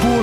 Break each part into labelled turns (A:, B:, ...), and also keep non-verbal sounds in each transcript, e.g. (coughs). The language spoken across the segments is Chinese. A: 波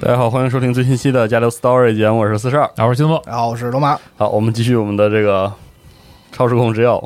B: 大家好，欢迎收听最新期的《加流 Story》节目，我是四十二。
C: 啊，我是金峰，
D: 然后我是罗马，
B: 好，我们继续我们的这个超时空之钥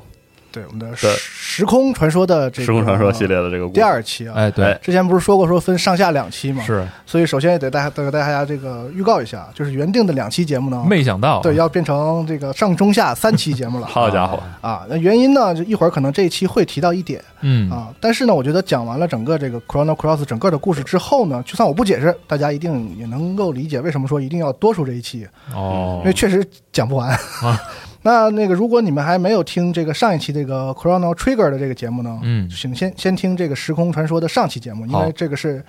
D: 对我们的时
B: 对
D: 时空传说的这
B: 《
D: 个
B: 时空传说》系列的这个故事
D: 第二期啊。
C: 哎，对
B: 哎，
D: 之前不是说过说分上下两期嘛，
C: 是，
D: 所以首先也得大家得给大家这个预告一下，就是原定的两期节目呢，
C: 没想到，啊
D: 对，要变成这个上中下三期节目
B: (laughs)
D: 了
B: 好家伙，
D: 啊。那原因呢，就一会儿可能这一期会提到一点
C: 嗯，
D: 啊，但是呢，我觉得讲完了整个这个 Chrono Cross 整个的故事之后呢，就算我不解释，大家一定也能够理解为什么说一定要多出这一期，
C: 哦
D: 因为，确实讲不完
C: 啊。
D: (laughs) 那那个，如果你们还没有听这个上一期这个 Chrono Trigger 的这个节目呢，
C: 嗯
D: 请先先听这个《时空传说》的上期节目，因
C: 好嗯
D: 为这个是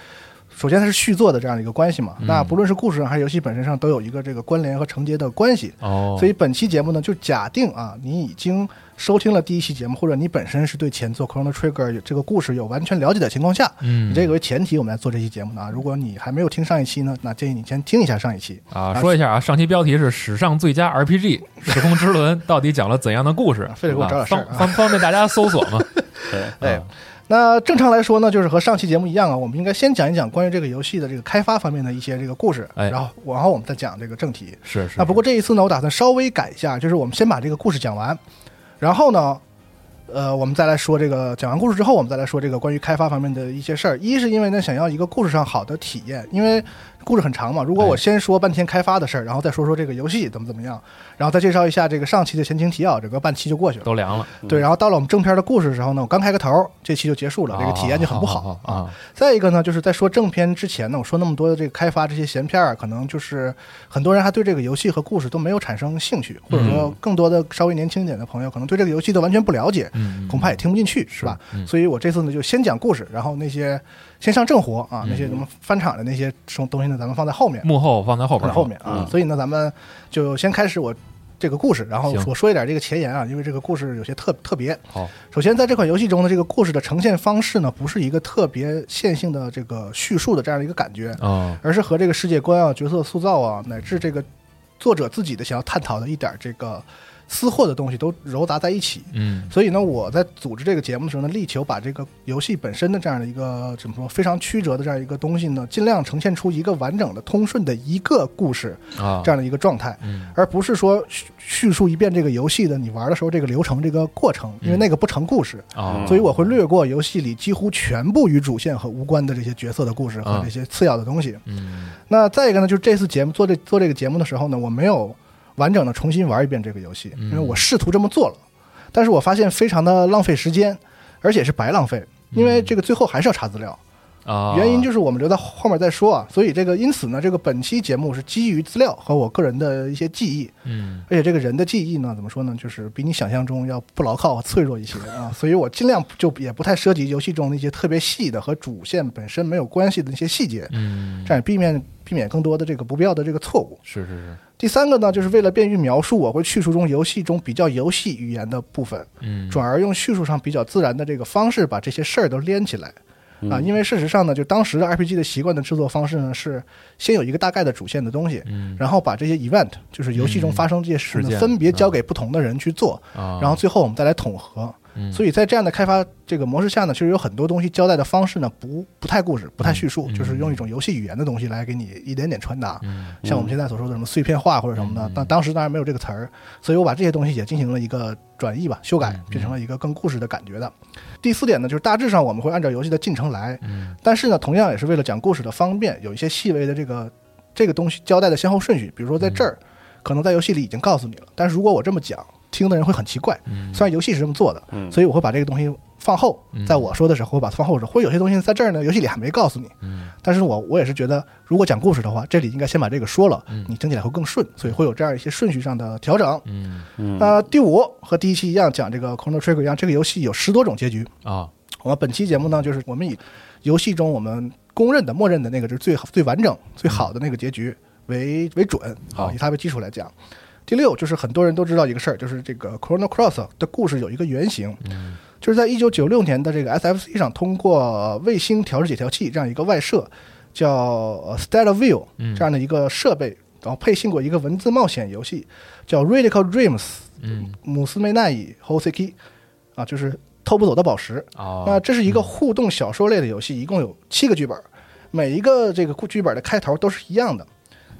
D: 首先它是续作的这样的一个关系嘛。那不论是故事上还是游戏本身上，都有一个这个关联和承接的关系。
C: 哦，
D: 所以本期节目呢，就假定啊，你已经收听了第一期节目，或者你本身是对前作《Chrono Trigger》这个故事有完全了解的情况下，
C: 嗯
D: 以这个为前提，我们来做这期节目呢。啊如果你还没有听上一期呢，那建议你先听一下上一期。
C: 啊，说一下啊，上期标题是史上最佳
D: (laughs)
C: RPG《时空之轮》，到底讲了怎样的故事？
D: 非得给我找点事儿啊
C: 方方方便大家搜索
D: (laughs)
C: 嘛？
B: 对，
C: 哎，
D: 那正常来说呢，就是和上期节目一样啊，我们应该先讲一讲关于这个游戏的这个开发方面的一些这个故事，
C: 哎
D: 然后然后我们再讲这个正题。
C: 是是，
D: 那不过这一次呢，我打算稍微改一下，就是我们先把这个故事讲完，然后呢，呃，我们再来说这个讲完故事之后，我们再来说这个关于开发方面的一些事儿。一是因为呢，想要一个故事上好的体验，因为故事很长嘛，如
C: 哎
D: 果我先说半天开发的事儿，然后再说说这个游戏怎么怎么样，然后再介绍一下这个上期的前情提要，整个半期就过去了。
C: 都凉了，
D: 对，然后到了我们正片的故事的时候呢，我刚开个头，这期就结束了，这个体验就很不
C: 哦
D: 啊好
C: 哦哦
D: 啊
C: 哦。
D: 再一个呢，就是在说正片之前呢，我说那么多的这个开发这些闲片儿，可能就是很多人还对这个游戏和故事都没有产生兴趣，或者说更多的稍微年轻一点的朋友，可能对这个游戏都完全不了解，
C: 嗯，嗯
D: 恐怕也听不进去，是嗯吧？所以我这次呢，就先讲故事，然后那些先上正活啊，那些什么翻场的那些什么东西呢，咱们放在后面。啊
C: 幕后放在后边儿，
D: 后面啊，所以呢，咱们就先开始我这个故事，然后
C: 行
D: 我说一点这个前言啊，因为这个故事有些特特别。
C: 好，
D: 首先，在这款游戏中的这个故事的呈现方式呢，不是一个特别线性的这个叙述的这样的一个感觉，
C: 哦，
D: 而是和这个世界观啊、角色塑造啊，乃至这个作者自己的想要探讨的一点这个私货的东西都糅杂在一起。
C: 嗯，
D: 所以呢，我在组织这个节目的时候呢，力求把这个游戏本身的这样的一个怎么说非常曲折的这样一个东西呢，尽量呈现出一个完整的、通顺的一个故事
C: 啊，
D: 这样的一个状态，
C: 嗯，
D: 而不是说叙叙述一遍这个游戏的你玩的时候这个流程、这个过程，因为那个不成故事。
C: 嗯啊，
D: 所以我会略过游戏里几乎全部与主线和无关的这些角色的故事和
C: 啊
D: 这些次要的东西。
C: 嗯，
D: 那再一个呢，就是这次节目做这做这个节目的时候呢，我没有完整的重新玩一遍这个游戏，
C: 嗯
D: 因为我试图这么做了，但是我发现非常的浪费时间，而且是白浪费，
C: 嗯
D: 因为这个最后还是要查资料，
C: 啊，
D: 原因就是我们留到后面再说啊。所以这个因此呢，这个本期节目是基于资料和我个人的一些记忆，
C: 嗯，
D: 而且这个人的记忆呢，怎么说呢，就是比你想象中要不牢靠、脆弱一些啊， (laughs) 所以我尽量就也不太涉及游戏中那些特别细的和主线本身没有关系的那些细节，
C: 嗯，
D: 这样也避免避免更多的这个不必要的这个错误。
C: 是是是，
D: 第三个呢，就是为了便于描述，我会去除中游戏中比较游戏语言的部分，
C: 嗯，
D: 转而用叙述上比较自然的这个方式把这些事儿都连起来。
C: 嗯
D: 啊，因为事实上呢，就当时的 RPG 的习惯的制作方式呢，是先有一个大概的主线的东西，
C: 嗯
D: 然后把这些 event，就是游戏中发生这些事
C: 事
D: 呢，
C: 件嗯
D: 分别交给不同的人去做，
C: 啊，
D: 然后最后我们再来统合。
C: 嗯
D: 所以在这样的开发这个模式下呢，其实有很多东西交代的方式呢，不不太故事，不太叙述，就是用一种游戏语言的东西来给你一点点传达。像我们现在所说的什么碎片化或者什么的，但当时当然没有这个词儿，所以我把这些东西也进行了一个转译吧，修改，变成了一个更故事的感觉的。第四点呢，就是大致上我们会按照游戏的进程来，但是呢，同样也是为了讲故事的方便，有一些细微的这个这个东西交代的先后顺序，比如说在这儿，可能在游戏里已经告诉你了，但是如果我这么讲，听的人会很奇怪。虽然游戏是这么做的，所以我会把这个东西放后，在我说的时候会把它放后说，会有些东西在这儿呢，游戏里还没告诉你。但是我我也是觉得，如果讲故事的话，这里应该先把这个说了，你听起来会更顺，所以会有这样一些顺序上的调整。
C: 嗯
D: 那第五和第一期一样，讲这个 Chrono Trigger 一样，这个游戏有十多种结局。
C: 啊，
D: 我们本期节目呢，就是我们以游戏中我们公认的、默认的那个就是最好、最完整、最好的那个结局为为准，
C: 好
D: 啊以它为基础来讲。第六就是很多人都知道一个事儿，就是这个 Chrono Cross 的故事有一个原型，
C: 嗯
D: 就是在一九九六年的这个 SFC 上，通过卫星调试解调器这样一个外设，叫呃 StatView
C: 嗯
D: 这样的一个设备，然后配信过一个文字冒险游戏，叫 Radical Dreams，
C: 嗯
D: 姆斯梅奈伊 Hoseki，啊，就是偷不走的宝石。
C: 啊，
D: 那这是一个互动小说类的游戏，一共有七个剧本，每一个这个故剧本的开头都是一样的，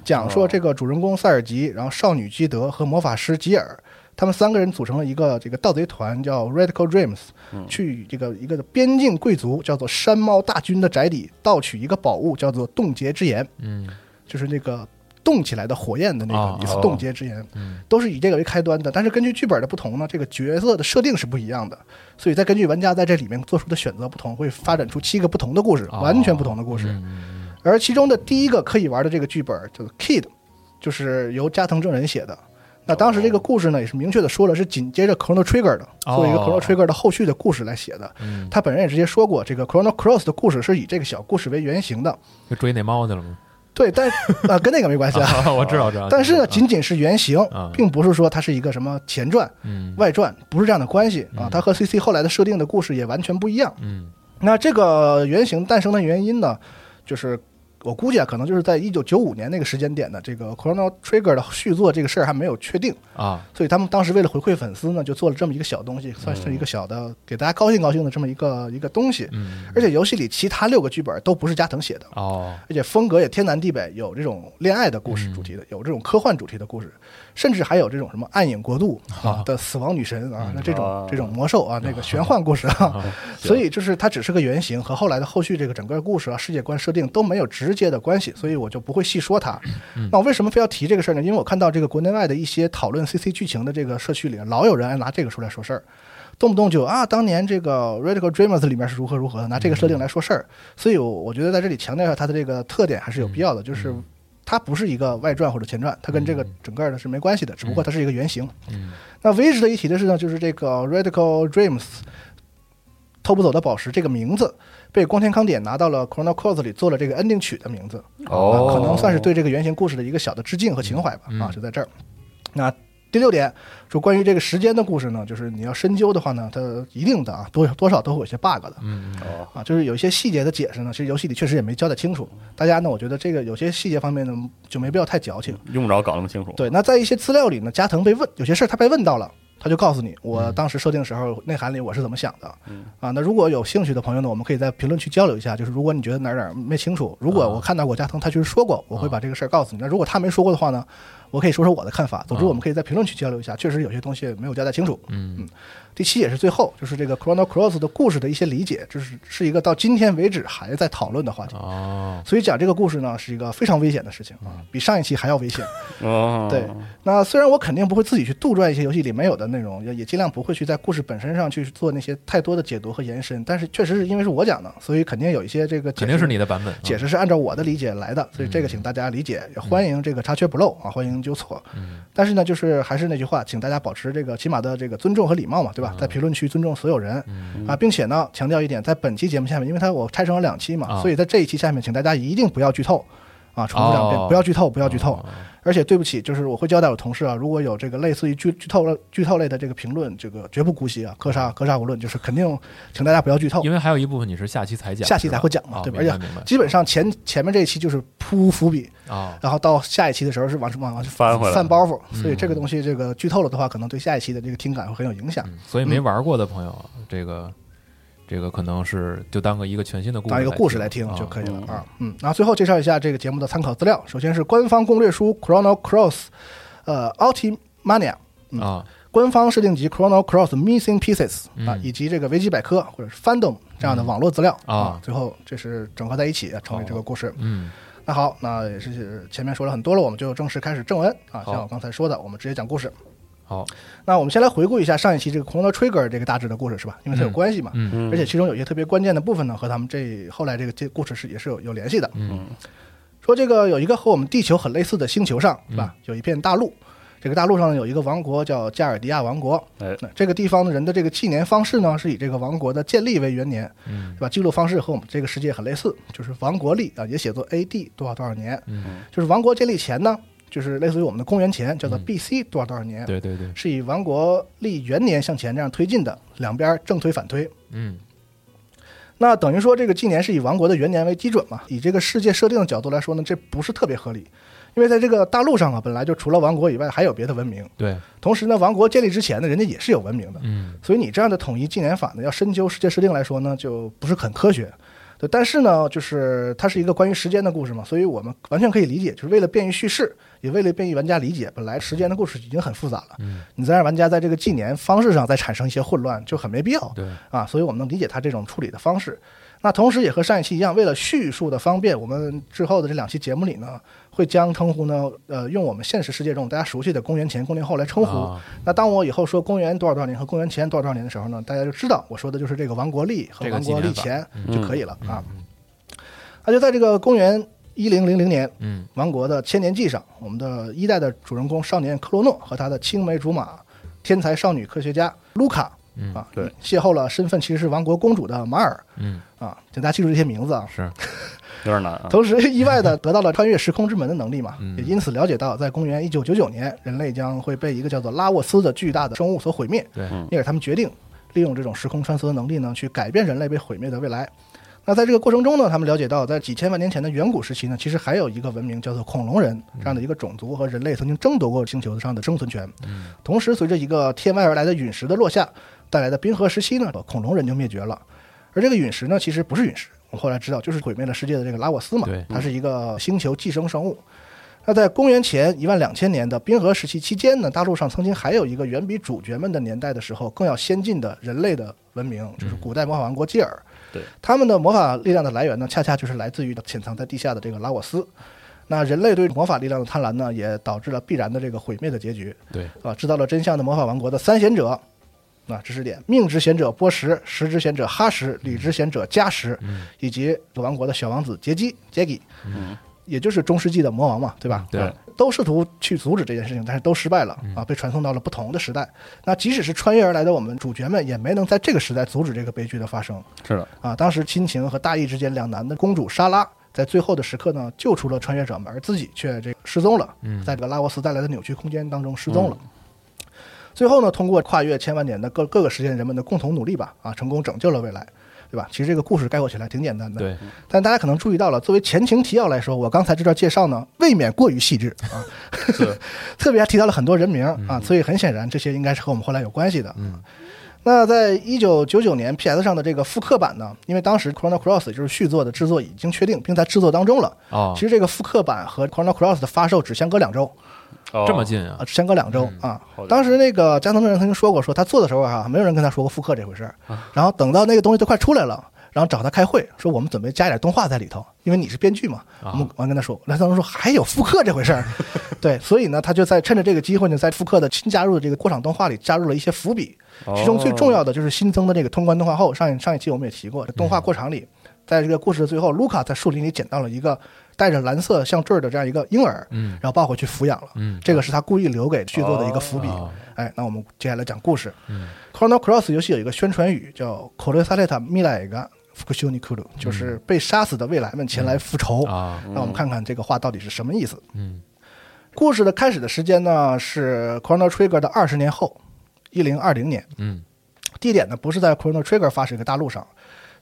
D: 讲说这个主人公塞尔吉，然后少女基德和魔法师吉尔，他们三个人组成了一个这个盗贼团，叫 Radical Dreams，去
C: 嗯
D: 这个一个边境贵族叫做山猫大军的宅邸盗取一个宝物，叫做冻结之眼，
C: 嗯
D: 就是那个。冻起来的火焰的那
C: 哦
D: 个，也是冻结之炎，
C: 嗯
D: 都是以这个为开端的。但是根据剧本的不同呢，这个角色的设定是不一样的，所以再根据玩家在这里面做出的选择不同，会发展出七个不同的故事，
C: 哦嗯
D: 完全不同的故事。而其中的第一个可以玩的这个剧本叫做《Kid》，就是由加藤正人写的。那当时这个故事呢，也是明确的说了，是紧接着 Chrono Trigger 的，
C: 哦
D: 作为一个 Chrono Trigger 的后续的故事来写的。
C: 嗯，
D: 他本人也直接说过，这个 Chrono Cross 的故事是以这个小故事为原型的。
C: 就追那猫去
D: (laughs)
C: 了吗？
D: 对，但呃跟那个没关系啊。
C: 啊， (laughs) 我知道，知道。
D: (laughs) 但是呢，
C: 知
D: 仅仅是原型
C: 啊，
D: 并不是说它是一个什么前传、
C: 道嗯
D: 外传，不是这样的关系啊。它和 CC 后来的设定的故事也完全不一样。
C: 嗯
D: 那这个原型诞生的原因呢，就是我估计啊，可能就是在一九九五年那个时间点呢，这个 Chrono Trigger 的续作这个事儿还没有确定，
C: 啊，
D: 所以他们当时为了回馈粉丝呢，就做了这么一个小东西，算是一个小的给大家高兴高兴的这么一个一个东西。
C: 嗯
D: 而且游戏里其他六个剧本都不是加藤写的，
C: 哦，
D: 而且风格也天南地北，有这种恋爱的故事主题的，有这种科幻主题的故事，甚至还有这种什么暗影国度啊的死亡女神啊，那这种
B: 啊
D: 这种魔兽啊，那个玄幻故事啊， (laughs) 所以就是它只是个原型，和后来的后续这个整个故事啊、世界观设定都没有直接的关系，所以我就不会细说它。那我为什么非要提这个事儿呢？因为我看到这个国内外的一些讨论 CC 剧情的这个社区里，啊老有人爱拿这个出来说事儿。动不动就啊，当年这个《Radical Dreamers》里面是如何如何的，拿这个设定来说事儿，所以我我觉得在这里强调一下它的这个特点还是有必要的，就是它不是一个外传或者前传，它跟这个整个的是没关系的，只不过它是一个原型。那唯值得一提的是呢，就是这个《Radical Dreams》偷不走的宝石这个名字被光天康典拿到了《Chrono Cross》里做了这个 ending 曲的名字，
C: 哦
B: 哦
C: 嗯
D: 啊可能算是对这个原型故事的一个小的致敬和情怀吧。啊，就在这儿。那第六点说关于这个时间的故事呢，就是你要深究的话呢，它一定的啊多多少都会有些 bug 的，
C: 嗯，
D: 啊，就是有一些细节的解释呢，其实游戏里确实也没交代清楚。大家呢，我觉得这个有些细节方面呢，就没必要太矫情。
B: 用不着搞那么清楚。
D: 对，那在一些资料里呢，加藤被问有些事儿，他被问到了，他就告诉你，我当时设定时候内涵里我是怎么想的。啊，那如果有兴趣的朋友呢，我们可以在评论区交流一下，就是如果你觉得哪儿哪儿没清楚，如果我看到过加藤他确实说过，我会把这个事儿告诉你。那如果他没说过的话呢，我可以说说我的看法。总之，我们可以在评论区交流一下，确实有些东西没有交代清楚。啊嗯嗯。第七也是最后，就是这个 Chrono Cross 的故事的一些理解，就是是一个到今天为止还在讨论的话题。
C: 哦，
D: 所以讲这个故事呢，是一个非常危险的事情啊，比上一期还要危险。
B: 哦，
D: 对，那虽然我肯定不会自己去杜撰一些游戏里没有的内容，也也尽量不会去在故事本身上去做那些太多的解读和延伸，但是确实是因为是我讲的，所以肯定有一些这个解释
C: 肯定是你的版本，嗯
D: 解释是按照我的理解来的，所以这个请大家理解，也欢迎这个查缺补漏啊，欢迎纠错。
C: 嗯
D: 但是呢，就是还是那句话，请大家保持这个起码的这个尊重和礼貌嘛，
C: 嗯
D: 对吧？在评论区尊重所有人啊，并且呢，强调一点，在本期节目下面，因为它我拆成了两期嘛，
C: 啊
D: 所以在这一期下面，请大家一定不要剧透啊，重复两遍，
C: 哦
D: 不要剧透，不要剧透
C: 哦。
D: 而且对不起，就是我会交代我同事啊，如果有这个类似于剧剧透了剧透类的这个评论，这个绝不姑息啊，苛杀苛杀无论，就是肯定，请大家不要剧透
C: 因。为还有一部分你是下期才讲，
D: 下期才会
C: 是吧
D: 讲嘛，
C: 哦
D: 对吧？而
C: 明白
D: 且
C: 明白
D: 基本上前前面这一期就是铺伏笔，
C: 哦，
D: 然后到下一期的时候是往往往
B: 翻回来
D: 翻包袱，
C: 嗯
D: 所以这个东西这个剧透了的话，可能对下一期的这个听感会很有影响。
C: 嗯所以没玩过的朋友，这个这个可能是就当个一个全新的故事，
D: 当一个故事来听就可
C: 以。
D: 以了啊，嗯，然后最后介绍一下这个节目的参考资料，首先是官方攻略书《Chrono Cross》，呃，《Ultimania》嗯
C: 啊，
D: 官方设定集《Chrono Cross Missing Pieces》啊，
C: 嗯
D: 以及这个维基百科或者是 Fandom 这样的网络资料
C: 啊
D: 啊，最后这是整合在一起成为这个故事。
C: 嗯，
D: 那好，那也是前面说了很多了，我们就正式开始正文啊。
C: 好
D: 像我刚才说的，我们直接讲故事。
C: 好，
D: 那我们先来回顾一下上一期这个《Chrono Trigger》这个大致的故事是吧？因为它有
C: 嗯
D: 关系嘛，
C: 嗯
D: 而且其中有一些特别关键的部分呢，和他们这后来这个这故事是也是有有联系的。
C: 嗯，
D: 说这个有一个和我们地球很类似的星球上是
C: 嗯
D: 吧？有一片大陆，这个大陆上呢有一个王国叫加尔迪亚王国。
B: 哎
D: 那这个地方的人的这个纪年方式呢，是以这个王国的建立为元年，
C: 嗯
D: 对吧？记录方式和我们这个世界很类似，就是王国历啊，也写作 A.D. 多少多少年，
C: 嗯，
D: 就是王国建立前呢，就是类似于我们的公元前，叫做 B.C. 多少多少年，
C: 对对对，
D: 是以王国历元年向前这样推进的，两边正推反推。
C: 嗯
D: 那等于说，这个纪年是以王国的元年为基准嘛？以这个世界设定的角度来说呢，这不是特别合理，因为在这个大陆上啊，本来就除了王国以外还有别的文明，
C: 对，
D: 同时呢，王国建立之前呢，人家也是有文明的，
C: 嗯
D: 所以你这样的统一纪年法呢，要深究世界设定来说呢，就不是很科学。对，但是呢，就是它是一个关于时间的故事嘛，所以我们完全可以理解，就是为了便于叙事，也为了便于玩家理解。本来时间的故事已经很复杂了，
C: 嗯
D: 你再让玩家在这个纪年方式上再产生一些混乱，就很没必要。
C: 对，
D: 啊，所以我们能理解它这种处理的方式。那同时也和上一期一样，为了叙述的方便，我们之后的这两期节目里呢，会将称呼呢，呃，用我们现实世界中大家熟悉的公元前、公元后来称呼。
C: 啊
D: 那当我以后说公元多少多少年和公元前多少多少年的时候呢，大家就知道我说的就是这个王国历和
C: 这个
D: 王
C: 纪
D: 国
C: 念
D: 历
C: 法
D: 前就可以了、
C: 嗯
D: 啊。那就在这个公元一零零零年，
C: 嗯
D: 王国的千年记上，我们的一代的主人公少年克罗诺和他的青梅竹马天才少女科学家卢卡
C: 嗯
D: 啊，
B: 对，
D: 邂逅了身份其实是王国公主的马尔
C: 嗯，
D: 啊，请大家记住这些名字啊。
C: 是
B: 有点难啊。
D: 同时，意外的得到了穿越时空之门的能力嘛，
C: 嗯
D: 也因此了解到，在公元一九九九年，人类将会被一个叫做拉沃斯的巨大的生物所毁灭。
C: 对，
D: 因而他们决定利用这种时空穿梭的能力呢，去改变人类被毁灭的未来。那在这个过程中呢，他们了解到，在几千万年前的远古时期呢，其实还有一个文明叫做恐龙人这样的一个种族和人类曾经争夺过星球上的生存权。同时，随着一个天外而来的陨石的落下带来的冰河时期呢，恐龙人就灭绝了。而这个陨石呢，其实不是陨石，我们后来知道就是毁灭了世界的这个拉沃斯嘛
C: 对，
D: 它是一个星球寄生生物。那在公元前一万两千年的冰河时期期间呢，大陆上曾经还有一个远比主角们的年代的时候更要先进的人类的文明，就是古代魔法王国基尔。
B: 对，
D: 他们的魔法力量的来源呢，恰恰就是来自于潜藏在地下的这个拉沃斯。那人类对魔法力量的贪婪呢，也导致了必然的这个毁灭的结局。
C: 对，
D: 啊，知道了真相的魔法王国的三贤者，啊，知识点：命之贤者波什，食之贤者哈什，礼之贤者加什，以及王国的小王子杰基杰基，也就是中世纪的魔王嘛，对吧？
C: 对
D: 啊都试图去阻止这件事情，但是都失败了啊，被传送到了不同的时代。那即使是穿越而来的我们主角们，也没能在这个时代阻止这个悲剧的发生。
B: 是的，
D: 啊，当时亲情和大义之间两难的公主莎拉，在最后的时刻呢，救出了穿越者们，而自己却这个失踪了，在这个拉沃斯带来的扭曲空间当中失踪了。最后呢，通过跨越千万年的各各个时间人们的共同努力吧，啊，成功拯救了未来，对吧？其实这个故事概括起来挺简单的，
C: 对，
D: 但大家可能注意到了，作为前情提要来说，我刚才这段介绍呢，未免过于细致啊， (laughs) 特别还提到了很多人名啊，所以很显然这些应该是和我们后来有关系的。嗯，那在一九九九年 PS 上的这个复刻版呢，因为当时《Chrono Cross》就是续作的制作已经确定，并在制作当中了。
C: 哦
D: 其，实这个复刻版和《Chrono Cross》的发售只相隔两周
B: 哦
C: 这么近啊
D: 啊，，只相隔两周
B: 嗯
D: 啊
B: 好的。
D: 当时那个加藤正人曾经说过，说他做的时候啊，没有人跟他说过复刻这回事儿。
B: 啊
D: 然后等到那个东西都快出来了。然后找他开会，说我们准备加一点动画在里头，因为你是编剧嘛。
B: 啊
D: 我们完跟他说，那他们说还有复刻这回事
B: (laughs)
D: 儿，对，所以呢，他就在趁着这个机会呢，在复刻的新加入的这个过场动画里加入了一些伏笔，
B: 哦
D: 其中最重要的就是新增的这个通关动画后，上一上一期我们也提过，动画过场里，
C: 嗯
D: 在这个故事的最后，卢卡在树林里捡到了一个带着蓝色项坠儿的这样一个婴儿，
C: 嗯
D: 然后抱回去抚养了，
C: 嗯
D: 这个是他故意留给续作的一个伏笔。
C: 哦
D: 哎，那我们接下来讲故事。
C: 嗯
D: Chrono Cross 游戏有一个宣传语叫 “Korosareta Milaega Fukushionikuru”，就是被杀死的未来们前来复仇。
C: 嗯啊，
D: 那我们看看这个话到底是什么意思。
C: 嗯
D: 故事的开始的时间呢是 Chrono Trigger 的二十年后，一零二零年。
C: 嗯
D: 地点呢不是在 Chrono Trigger 发射一个大陆上，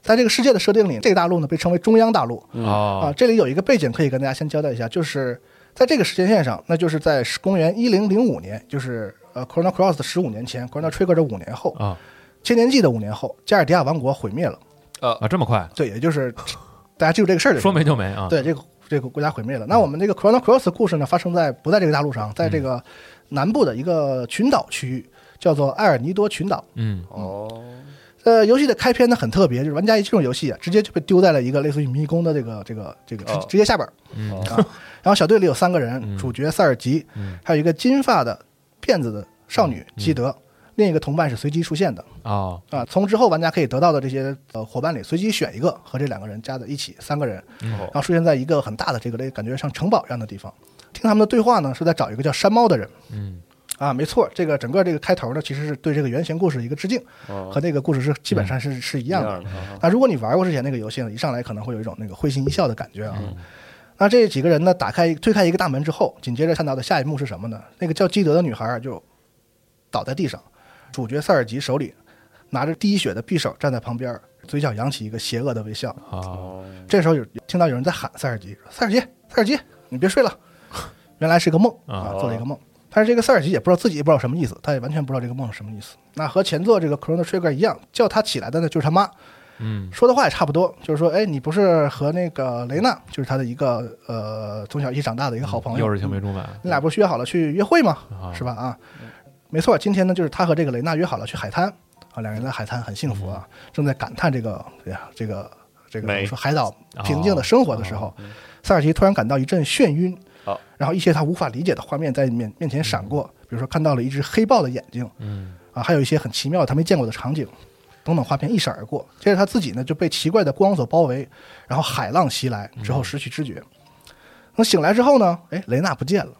D: 在这个世界的设定里，这个大陆呢被称为中央大陆啊、
C: 哦，
D: 这里有一个背景可以跟大家先交代一下，就是在这个时间线上，那就是在公元一零零五年，就是呃 Chrono Cross 的十五年前，Chrono Trigger 的五年后，
C: 啊
D: 千年纪的五年后，加尔迪亚王国毁灭了。
C: 啊，这么快，
D: 对，也就是大家记住这个事儿就行
C: 说没就没啊，
D: 对这个这个国家毁灭了。那我们这个 Chrono Cross 的故事呢，发生在不在这个大陆
C: 嗯
D: 上，在这个南部的一个群岛区域，叫做埃尔尼多群岛。
C: 嗯
D: 呃，游戏的开篇呢很特别，就是玩家一进入游戏啊，直接就被丢在了一个类似于迷宫的这个这个这个直
B: 哦
D: 直接下本儿、
C: 嗯
D: 啊。然后小队里有三个人，主角塞尔吉，还有一个金发的辫子的少女
C: 嗯
D: 基德，另一个同伴是随机出现的
C: 哦，
D: 啊。从之后玩家可以得到的这些呃伙伴里随机选一个，和这两个人加在一起，三个人，然后出现在一个很大的这个类感觉像城堡一样的地方。听他们的对话呢，是在找一个叫山猫的人。
C: 嗯
D: 啊，没错，这个整个这个开头呢，其实是对这个原型故事一个致敬，和那个故事是基本上是、是一
B: 一
D: 样的。
B: 样的啊
D: 那如果你玩过之前那个游戏呢，一上来可能会有一种那个会心一笑的感觉啊。那这几个人呢，打开推开一个大门之后，紧接着看到的下一幕是什么呢？那个叫基德的女孩就倒在地上，主角塞尔吉手里拿着滴血的匕首站在旁边，嘴角扬起一个邪恶的微笑。
C: 哦，
D: 这时候有听到有人在喊塞尔吉，说塞尔吉，塞尔吉，你别睡了。原来是个梦啊，做了一个梦。但是这个塞尔吉也不知道自己也不知道什么意思，他也完全不知道这个梦是什么意思。那和前作这个 Chrono Trigger 一样，叫他起来的呢就是他妈，
C: 嗯
D: 说的话也差不多，就是说，哎，你不是和那个雷娜，就是他的一个呃从小一起长大的一个好朋友，
C: 嗯
D: 嗯
C: 又是青梅竹马，
D: 你俩不是约好了去约会吗？
C: 啊
D: 是吧？啊，没错，今天呢就是他和这个雷娜约好了去海滩啊，两人在海滩很幸福啊，正在感叹这个哎呀这个这
B: 嗯
D: 个
B: 美哦嗯
D: 我们说海岛平静的生活的时候，塞尔奇突然感到一阵眩晕
B: 哦，嗯
D: 然后一些他无法理解的画面在面面前闪过，比如说看到了一只黑豹的眼睛
C: 嗯
D: 啊，还有一些很奇妙他没见过的场景。等等画面一闪而过，接着他自己呢就被奇怪的光所包围，然后海浪袭来
B: 嗯
D: 之后失去知觉。等醒来之后呢，哎，雷娜不见了，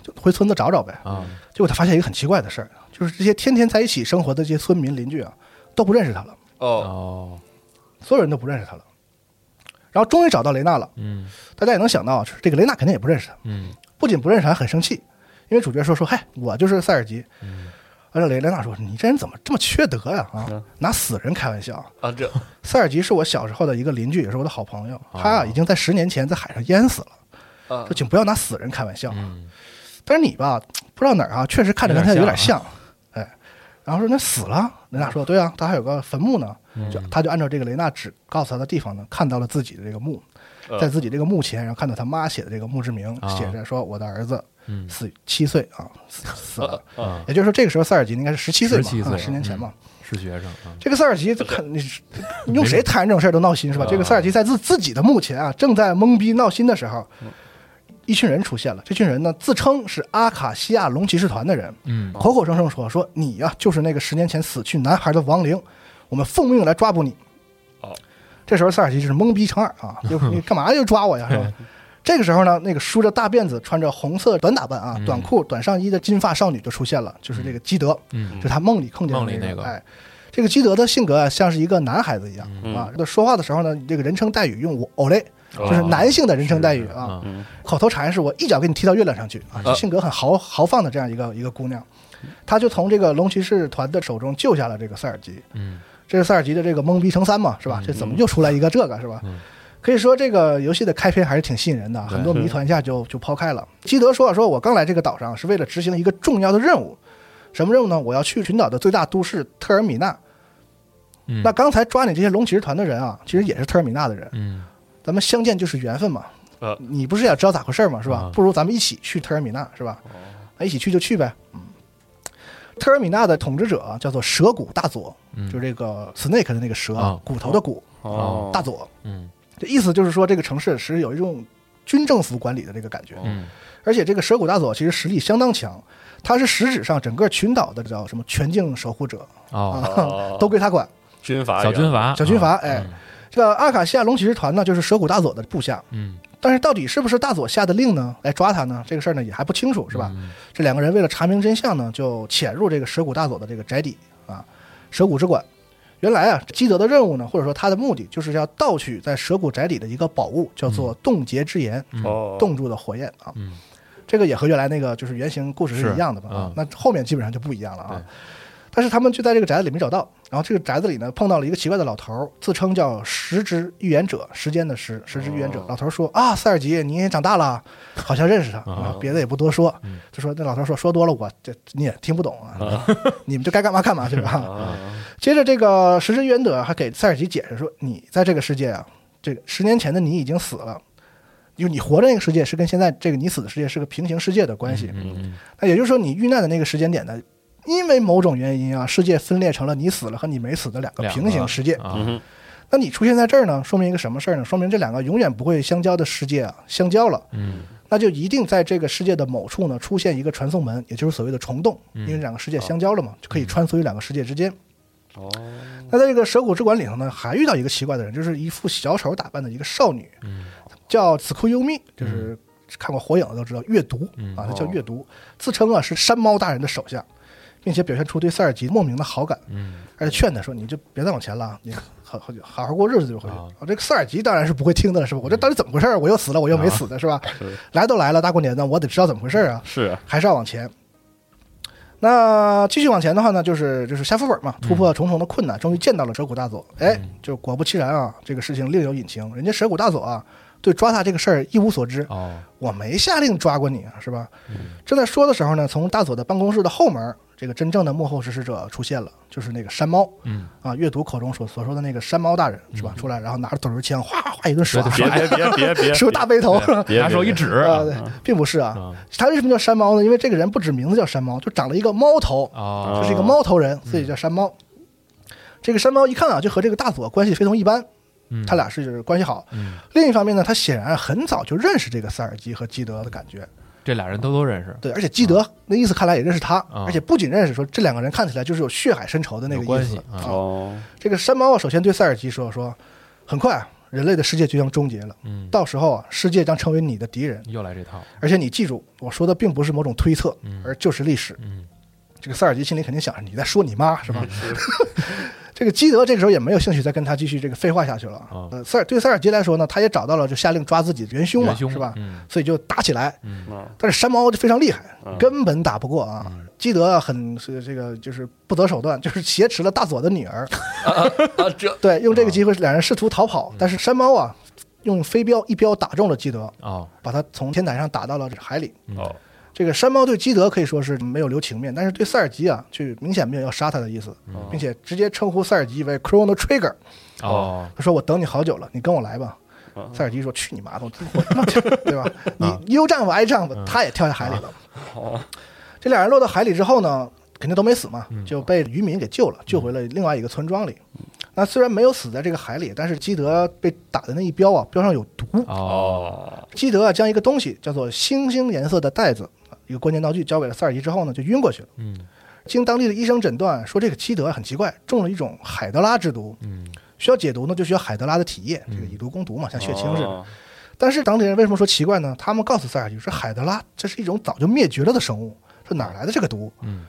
D: 就回村子找找呗。
B: 哦
C: 啊
D: 结果他发现一个很奇怪的事儿，就是这些天天在一起生活的这些村民邻居啊，都不认识他了，
B: 哦，
C: 哦，
D: 所有人都不认识他了。然后终于找到雷娜了，
C: 嗯
D: 大家也能想到，就是这个雷娜肯定也不认识他，
C: 嗯
D: 不仅不认识，还很生气，因为主角说说，嗨，我就是塞尔吉。
C: 嗯
D: 而且雷雷娜说，你这人怎么这么缺德呀？啊，拿死人开玩笑。
B: 啊这
D: 塞尔吉是我小时候的一个邻居，也是我的好朋友，他啊已经在十年前在海上淹死了。
B: 啊
D: 说请不要拿死人开玩笑。啊
C: 嗯
D: 但是你吧，不知道哪儿啊，确实看着跟他有
C: 有
D: 点
C: 点
D: 像，哎，然后说那死了，雷娜说对啊，他还有个坟墓呢，就他就按照这个雷娜指告诉他的地方呢，看到了自己的这个墓，在自己这个墓前，然后看到他妈写的这个墓志铭，
C: 啊
D: 写着说我的儿子
C: 嗯
D: 死七岁啊，死死了，
C: 啊，
D: 也就是说这个时候塞尔吉应该是十七岁
C: 17
D: 嘛，啊
C: 岁
D: 十年前嘛。
C: 是学生啊，
D: 这个塞尔吉就看你是你用谁摊这种事儿都闹心是吧？这个塞尔吉在自自己的墓前啊，正在懵逼闹心的时候，一群人出现了。这群人呢，自称是阿卡西亚龙骑士团的人，
C: 嗯
D: 口口声声说说你呀、就是那个十年前死去男孩的亡灵，我们奉命来抓捕你。
B: 哦，
D: 这时候塞尔吉就是懵逼成耳
C: (laughs)
D: 啊，就你干嘛就抓我呀？是吧？这个时候呢，那个梳着大辫子、穿着红色短打扮啊、
C: 嗯
D: 短裤、短上衣的金发少女就出现了，就是这个基德，
C: 嗯
D: 就他梦里碰见的
C: 梦里
D: 那
C: 那个
D: 哎，这个基德的性格啊，像是一个男孩子一样、
C: 嗯
D: 啊。他说话的时候呢，这个人称待语用我“我嘞”，就是男性的人称待语啊。
C: 啊呃
D: 口头禅是我一脚给你踢到月亮上去啊，就性格很豪豪放的这样一个一个姑娘。他就从这个龙骑士团的手中救下了这个塞尔吉。
C: 嗯，
D: 这是塞尔吉的这个懵逼乘三嘛，是吧？这怎么就出来一个这个，是吧？可以说这个游戏的开篇还是挺吸引人的，很多谜团一下就就抛开了。基德说啊，说我刚来这个岛上是为了执行一个重要的任务，什么任务呢？我要去群岛的最大都市特尔米纳。
C: 嗯
D: 那刚才抓你这些龙骑士团的人啊，其实也是特尔米纳的人。
C: 嗯
D: 咱们相见就是缘分嘛。
B: 呃
D: 你不是也知道咋回事儿嘛，是吧
C: 啊？哦
D: 不如咱们一起去特尔米纳，是吧？那一起去就去呗。嗯，特尔米纳的统治者啊叫做蛇骨大佐，
C: 嗯
D: 就是这个 Snake 的那个蛇啊
C: 啊，
D: 骨头的骨，啊
B: 哦，
D: 大佐。
C: 嗯
D: 这意思就是说，这个城市是有一种军政府管理的这个感觉。
C: 嗯
D: 而且这个蛇骨大佐其实实力相当强，他是实质上整个群岛的叫什么全境守护者
C: 哦，
D: 啊， (laughs) 都归他管。
B: 军阀，
C: 小军，阀，
D: 小军阀，
C: 啊
D: 哎，这个阿卡西亚龙骑士团呢，就是蛇骨大佐的部下。
C: 嗯
D: 但是到底是不是大佐下的令呢，来抓他呢？这个事儿呢也还不清楚，是吧？
C: 嗯
D: 这两个人为了查明真相呢，就潜入这个蛇谷大佐的这个宅邸啊，蛇谷之馆。原来啊，基德的任务呢，或者说他的目的，就是要盗取在蛇谷宅邸的一个宝物，叫做冻结之炎，
B: 哦，
D: 冻住的火焰啊。
C: 嗯
D: 这个也和原来那个就是原型故事是一样的嘛。
C: 是
D: 啊
C: 嗯
D: 那后面基本上就不一样了啊
C: 对。
D: 但是他们就在这个宅子里没找到，然后这个宅子里呢碰到了一个奇怪的老头儿，自称叫时之预言者，时间的时，时之预言者。老头儿说啊，塞尔吉，你也长大了，好像认识他，啊别的也不多说，就说那老头儿说说多了我这你也听不懂啊， (laughs) 你们就该干嘛干嘛去吧。接着这个时之预言者还给塞尔吉解释说，你在这个世界啊，这个十年前的你已经死了。就你活着那个世界是跟现在这个你死的世界是个平行世界的关系，
C: 嗯
D: 那也就是说，你遇难的那个时间点呢，因为某种原因啊，世界分裂成了你死了和你没死的两个
C: 两个
D: 平行世界。
C: 啊，
D: 那你出现在这儿呢，说明一个什么事儿呢？说明这两个永远不会相交的世界啊，相交了，
C: 嗯
D: 那就一定在这个世界的某处呢出现一个传送门，也就是所谓的虫洞，
C: 嗯
D: 因为两个世
C: 啊
D: 界相交了嘛，就可以穿梭于两个世界之间。
B: 哦，
D: 那在这个蛇骨之馆里头呢，还遇到一个奇怪的人，就是一副小丑打扮的一个少女，叫子库优密，就是看过《火影》的都知道月读啊，她叫月读，自称啊是山猫大人的手下，并且表现出对塞尔吉莫名的好感，
C: 嗯
D: 而且劝他说：“你就别再往前了啊，你好好好好过日子就回去。
C: 啊
D: 啊”这个塞尔吉当然是不会听的了，是吧？我这到底怎么回事儿？我又死了，我又没死的是吧？来都来了，大过年的，我得知道怎么回事儿啊。
B: 是
D: 还是要往前。那继续往前的话呢，就是就是下副本
B: 嗯
D: 嘛，突破重重的困难，终于见到了蛇骨大佐。哎，就果不其然啊，这个事情另有隐情。人家蛇骨大佐啊，对抓他这个事儿一无所知，
C: 哦
D: 我没下令抓过你啊，是吧？
B: 嗯
D: 正在说的时候呢，从大佐的办公室的后门，这个真正的幕后实施者出现了，就是那个山猫。
C: 嗯
D: 啊，阅读口中所所说的那个山猫大人是吧？出来，然后拿着短轴枪，哗哗一顿耍，
B: 嗯别别别别
D: (laughs)
B: 别，
D: 是不是大背头？
B: 别
C: 拿手一指
D: 啊，对，并不是啊
C: 啊。
D: 他为什么叫山猫呢？因为这个人不止名字叫山猫，就长了一个猫头，
C: 哦
D: 就是一个猫头人，所以叫山猫。这个山猫一看啊，就和这个大佐关系非同一般，
C: 嗯
D: 他俩是关系好。
C: 嗯
D: 另一方面呢，他显然很早就认识这个塞尔吉和基德的感觉，
C: 这俩人都都认识，
D: 对，而且基德那意思看来也认识他，
C: 啊
D: 而且不仅认识，说这两个人看起来就是有血海深仇的那个
C: 有关
D: 意
C: 系
D: 思
C: 啊
B: 哦，
D: 这个山猫啊首先对塞尔吉说说，很快啊人类的世界就将终结了，
C: 嗯
D: 到时候啊世界将成为你的敌人，
C: 又来这套，
D: 而且你记住，我说的并不是某种推测，而就是历史。
C: 嗯
D: 这个塞尔吉心里肯定想着你在说你妈是吧？ (laughs) 这个基德这个时候也没有兴趣再跟他继续这个废话下去了。
C: 啊
D: 呃，塞尔对塞尔吉来说呢，他也找到了就下令抓自己的元凶嗯嘛，
C: 元凶
D: 是吧？
C: 嗯
D: 所以就打起来。但是山猫就非常厉害，根本打不过啊。基德啊很是这个就是不择手段，就是挟持了大佐的女 (laughs) 儿，
B: 啊这
D: 对，用这个机会两人试图逃跑，但是山猫啊用飞镖一镖打中了基德，
C: 哦嗯
D: 把他从天台上打到了海里。
B: 哦
D: 这个山猫对基德可以说是没有留情面，但是对塞尔吉啊，却明显没有要杀他的意思，并且直接称呼塞尔吉为 Chrono Trigger。
C: 哦
D: 他说：“我等你好久了，你跟我来吧。”塞尔吉说：“去你妈的，我自己滚吧对吧？你优战我挨战吧。”他也跳下海里了。这俩人落到海里之后呢，肯定都没死嘛，就被渔民给救了，救回了另外一个村庄里。那虽然没有死在这个海里，但是基德被打的那一镖啊，镖上有毒。
C: 哦
B: 哦
D: 基德啊，将一个东西叫做星星颜色的袋子，一个关键道具交给了塞尔吉之后呢，就晕过去了。
C: 嗯，
D: 经当地的医生诊断，说这个基德啊很奇怪，中了一种海德拉之毒。嗯，需要解毒呢，就需要海德拉的体液，
C: 嗯
D: 这个以毒攻毒嘛，像血清似的。
B: 哦
D: 但是当地人为什么说奇怪呢？他们告诉塞尔吉说，海德拉这是一种早就灭绝了的生物，说哪儿来的这个毒？
C: 嗯，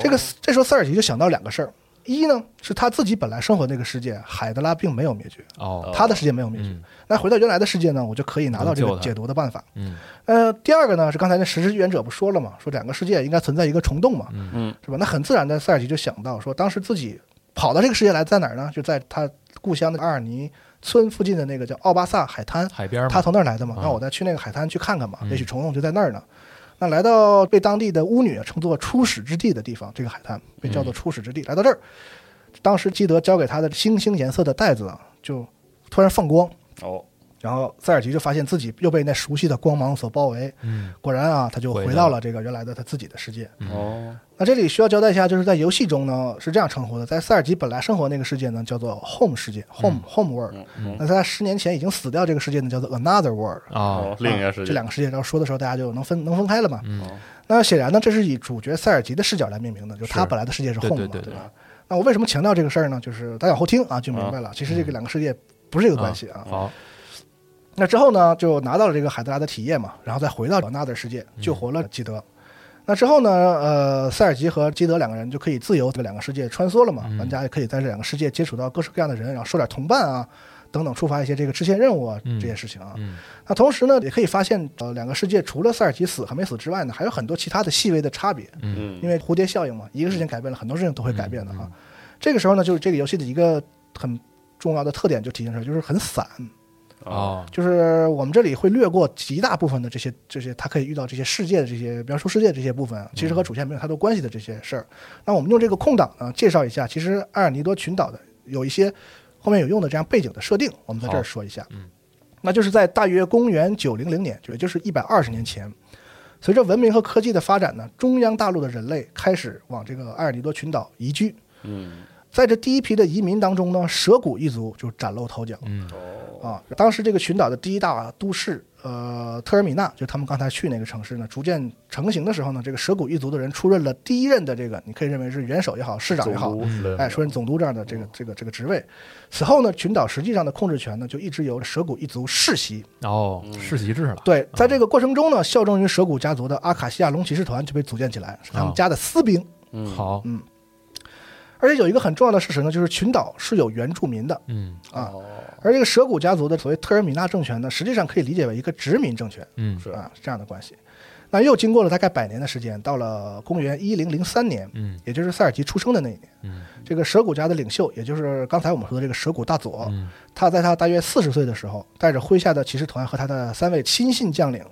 D: 这个这时候塞尔吉就想到两个事儿，一呢是他自己本来生活那个世界，海德拉并没有灭绝，
C: 哦，
D: 他的世界没有灭绝。
C: 嗯
D: 那回到原来的世界呢，我就可以拿到这
C: 能救
D: 个
C: 他
D: 解读的办法。
C: 嗯
D: 呃，第二个呢是刚才那实施预言者不说了嘛，说两个世界应该存在一个虫洞嘛，
B: 嗯，
D: 是吧？那很自然的，塞尔吉就想到说，当时自己跑到这个世界来，在哪儿呢？就在他故乡的阿尔尼村附近的那个叫奥巴萨海滩，
C: 海边嘛
D: 他从那儿来的嘛，
C: 啊嗯
D: 那我再去那个海滩去看看嘛，也许虫洞就在那儿呢。那来到被当地的巫女啊称作初始之地的地方，这个海滩被
C: 嗯
D: 叫做初始之地。来到这儿，当时基德交给他的星星颜色的袋子啊，就突然放光，
B: 哦，
D: 然后塞尔吉就发现自己又被那熟悉的光芒所包围。
C: 嗯
D: 果然啊，他就
C: 回
D: 回
C: 到
D: 到了这个原来的他自己的世界。
C: 嗯
B: 哦，
D: 那这里需要交代一下，就是在游戏中呢是这样称呼的，在塞尔吉本来生活那个世界呢叫做 Home 世界
C: 嗯
D: （Home、Home World），、那在他十年前已经死掉这个世界呢叫做 Another World。
C: 哦，
B: 另一个世
D: 啊
B: 界，
D: 这两个世界，然后说的时候，大家就能分能分开了嘛。嗯，那显然呢，这是以主角塞尔吉的视角来命名的，就是他
C: 是
D: 本来的世界是 Home
C: 对
D: 嘛，
C: 对对对
D: 吧？那我为什么强调这个事儿呢？就是大家往后听啊，就明
C: 嗯
D: 白了。其实这个两个世界不是这个关系啊。
C: 好，
D: 那之后呢，就拿到了这个海德拉的体液嘛，然后再回到纳德世界，救活了基德。那之后呢，呃，塞尔吉和基德两个人就可以自由在两个世界穿梭了嘛，玩家也可以在这两个世界接触到各式各样的人，然后受点同伴啊。等等，触发一些这个支线任务啊，这些事情啊。那同时呢，也可以发现，呃，两个世界除了塞尔吉死和没死之外呢，还有很多其他的细微的差别。
B: 嗯
D: 因为蝴蝶效应嘛，一个事情改变了，很多事情都会改变的啊。这个时候呢，就是这个游戏的一个很重要的特点就体现出来，就是很散。
C: 哦，
D: 就是我们这里会略过极大部分的这些这些，它可以遇到这些世界的这些描述世界这些部分，其实和主线没有太多关系的这些事儿。那我们用这个空档呢，介绍一下，其实埃尔尼多群岛的有一些后面有用的这样背景的设定，我们在这儿说一下。嗯，那就是在大约公元九零零年，也就是一百二十年前。随着文明和科技的发展呢，中央大陆的人类开始往这个埃尔尼多群岛移居。
B: 嗯
D: 在这第一批的移民当中呢，蛇谷一族就崭露头角。
C: 嗯
D: 啊，当时这个群岛的第一大都市，呃，特尔米纳，就是他们刚才去那个城市呢，逐渐成型的时候呢，这个蛇谷一族的人出任了第一任的这个，你可以认为是元首也好，市长也好
B: 总督之类，的嗯
D: 哎，出任总督这样的这个这个这个职位。此后呢，群岛实际上的控制权呢，就一直由蛇谷一族世袭。
C: 哦，世袭制了，
B: 嗯
D: 对，在这个过程中呢，效忠于蛇谷家族的阿卡西亚龙骑士团就被组建起来，是
B: 嗯
D: 他们家的私兵。
C: 好，
D: 嗯而且有一个很重要的事实呢，就是群岛是有原住民的，
C: 嗯
D: 啊，而这个蛇谷家族的所谓特尔米纳政权呢，实际上可以理解为一个殖民政权，
C: 嗯
D: 是啊，这样的关系。那又经过了大概百年的时间，到了公元一零零三年，
C: 嗯，
D: 也就是塞尔吉出生的那一年，嗯，这个蛇谷家的领袖，也就是刚才我们说的这个蛇谷大佐，
C: 嗯
D: 他在他大约四十岁的时候，带着麾下的骑士团和他的三位亲信将领，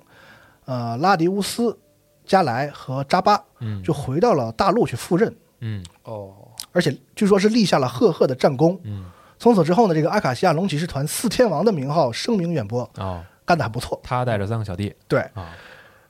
D: 呃，拉迪乌斯、加莱和扎巴，
C: 嗯
D: 就回到了大陆去赴任，
C: 嗯
D: 哦
B: 哦
D: 而且据说是立下了赫赫的战功。
C: 嗯，
D: 从此之后呢，这个阿卡西亚龙骑士团四天王的名号声名远播，
C: 哦，
D: 干得很不错。
C: 他带着三个小弟
D: 对，
C: 啊，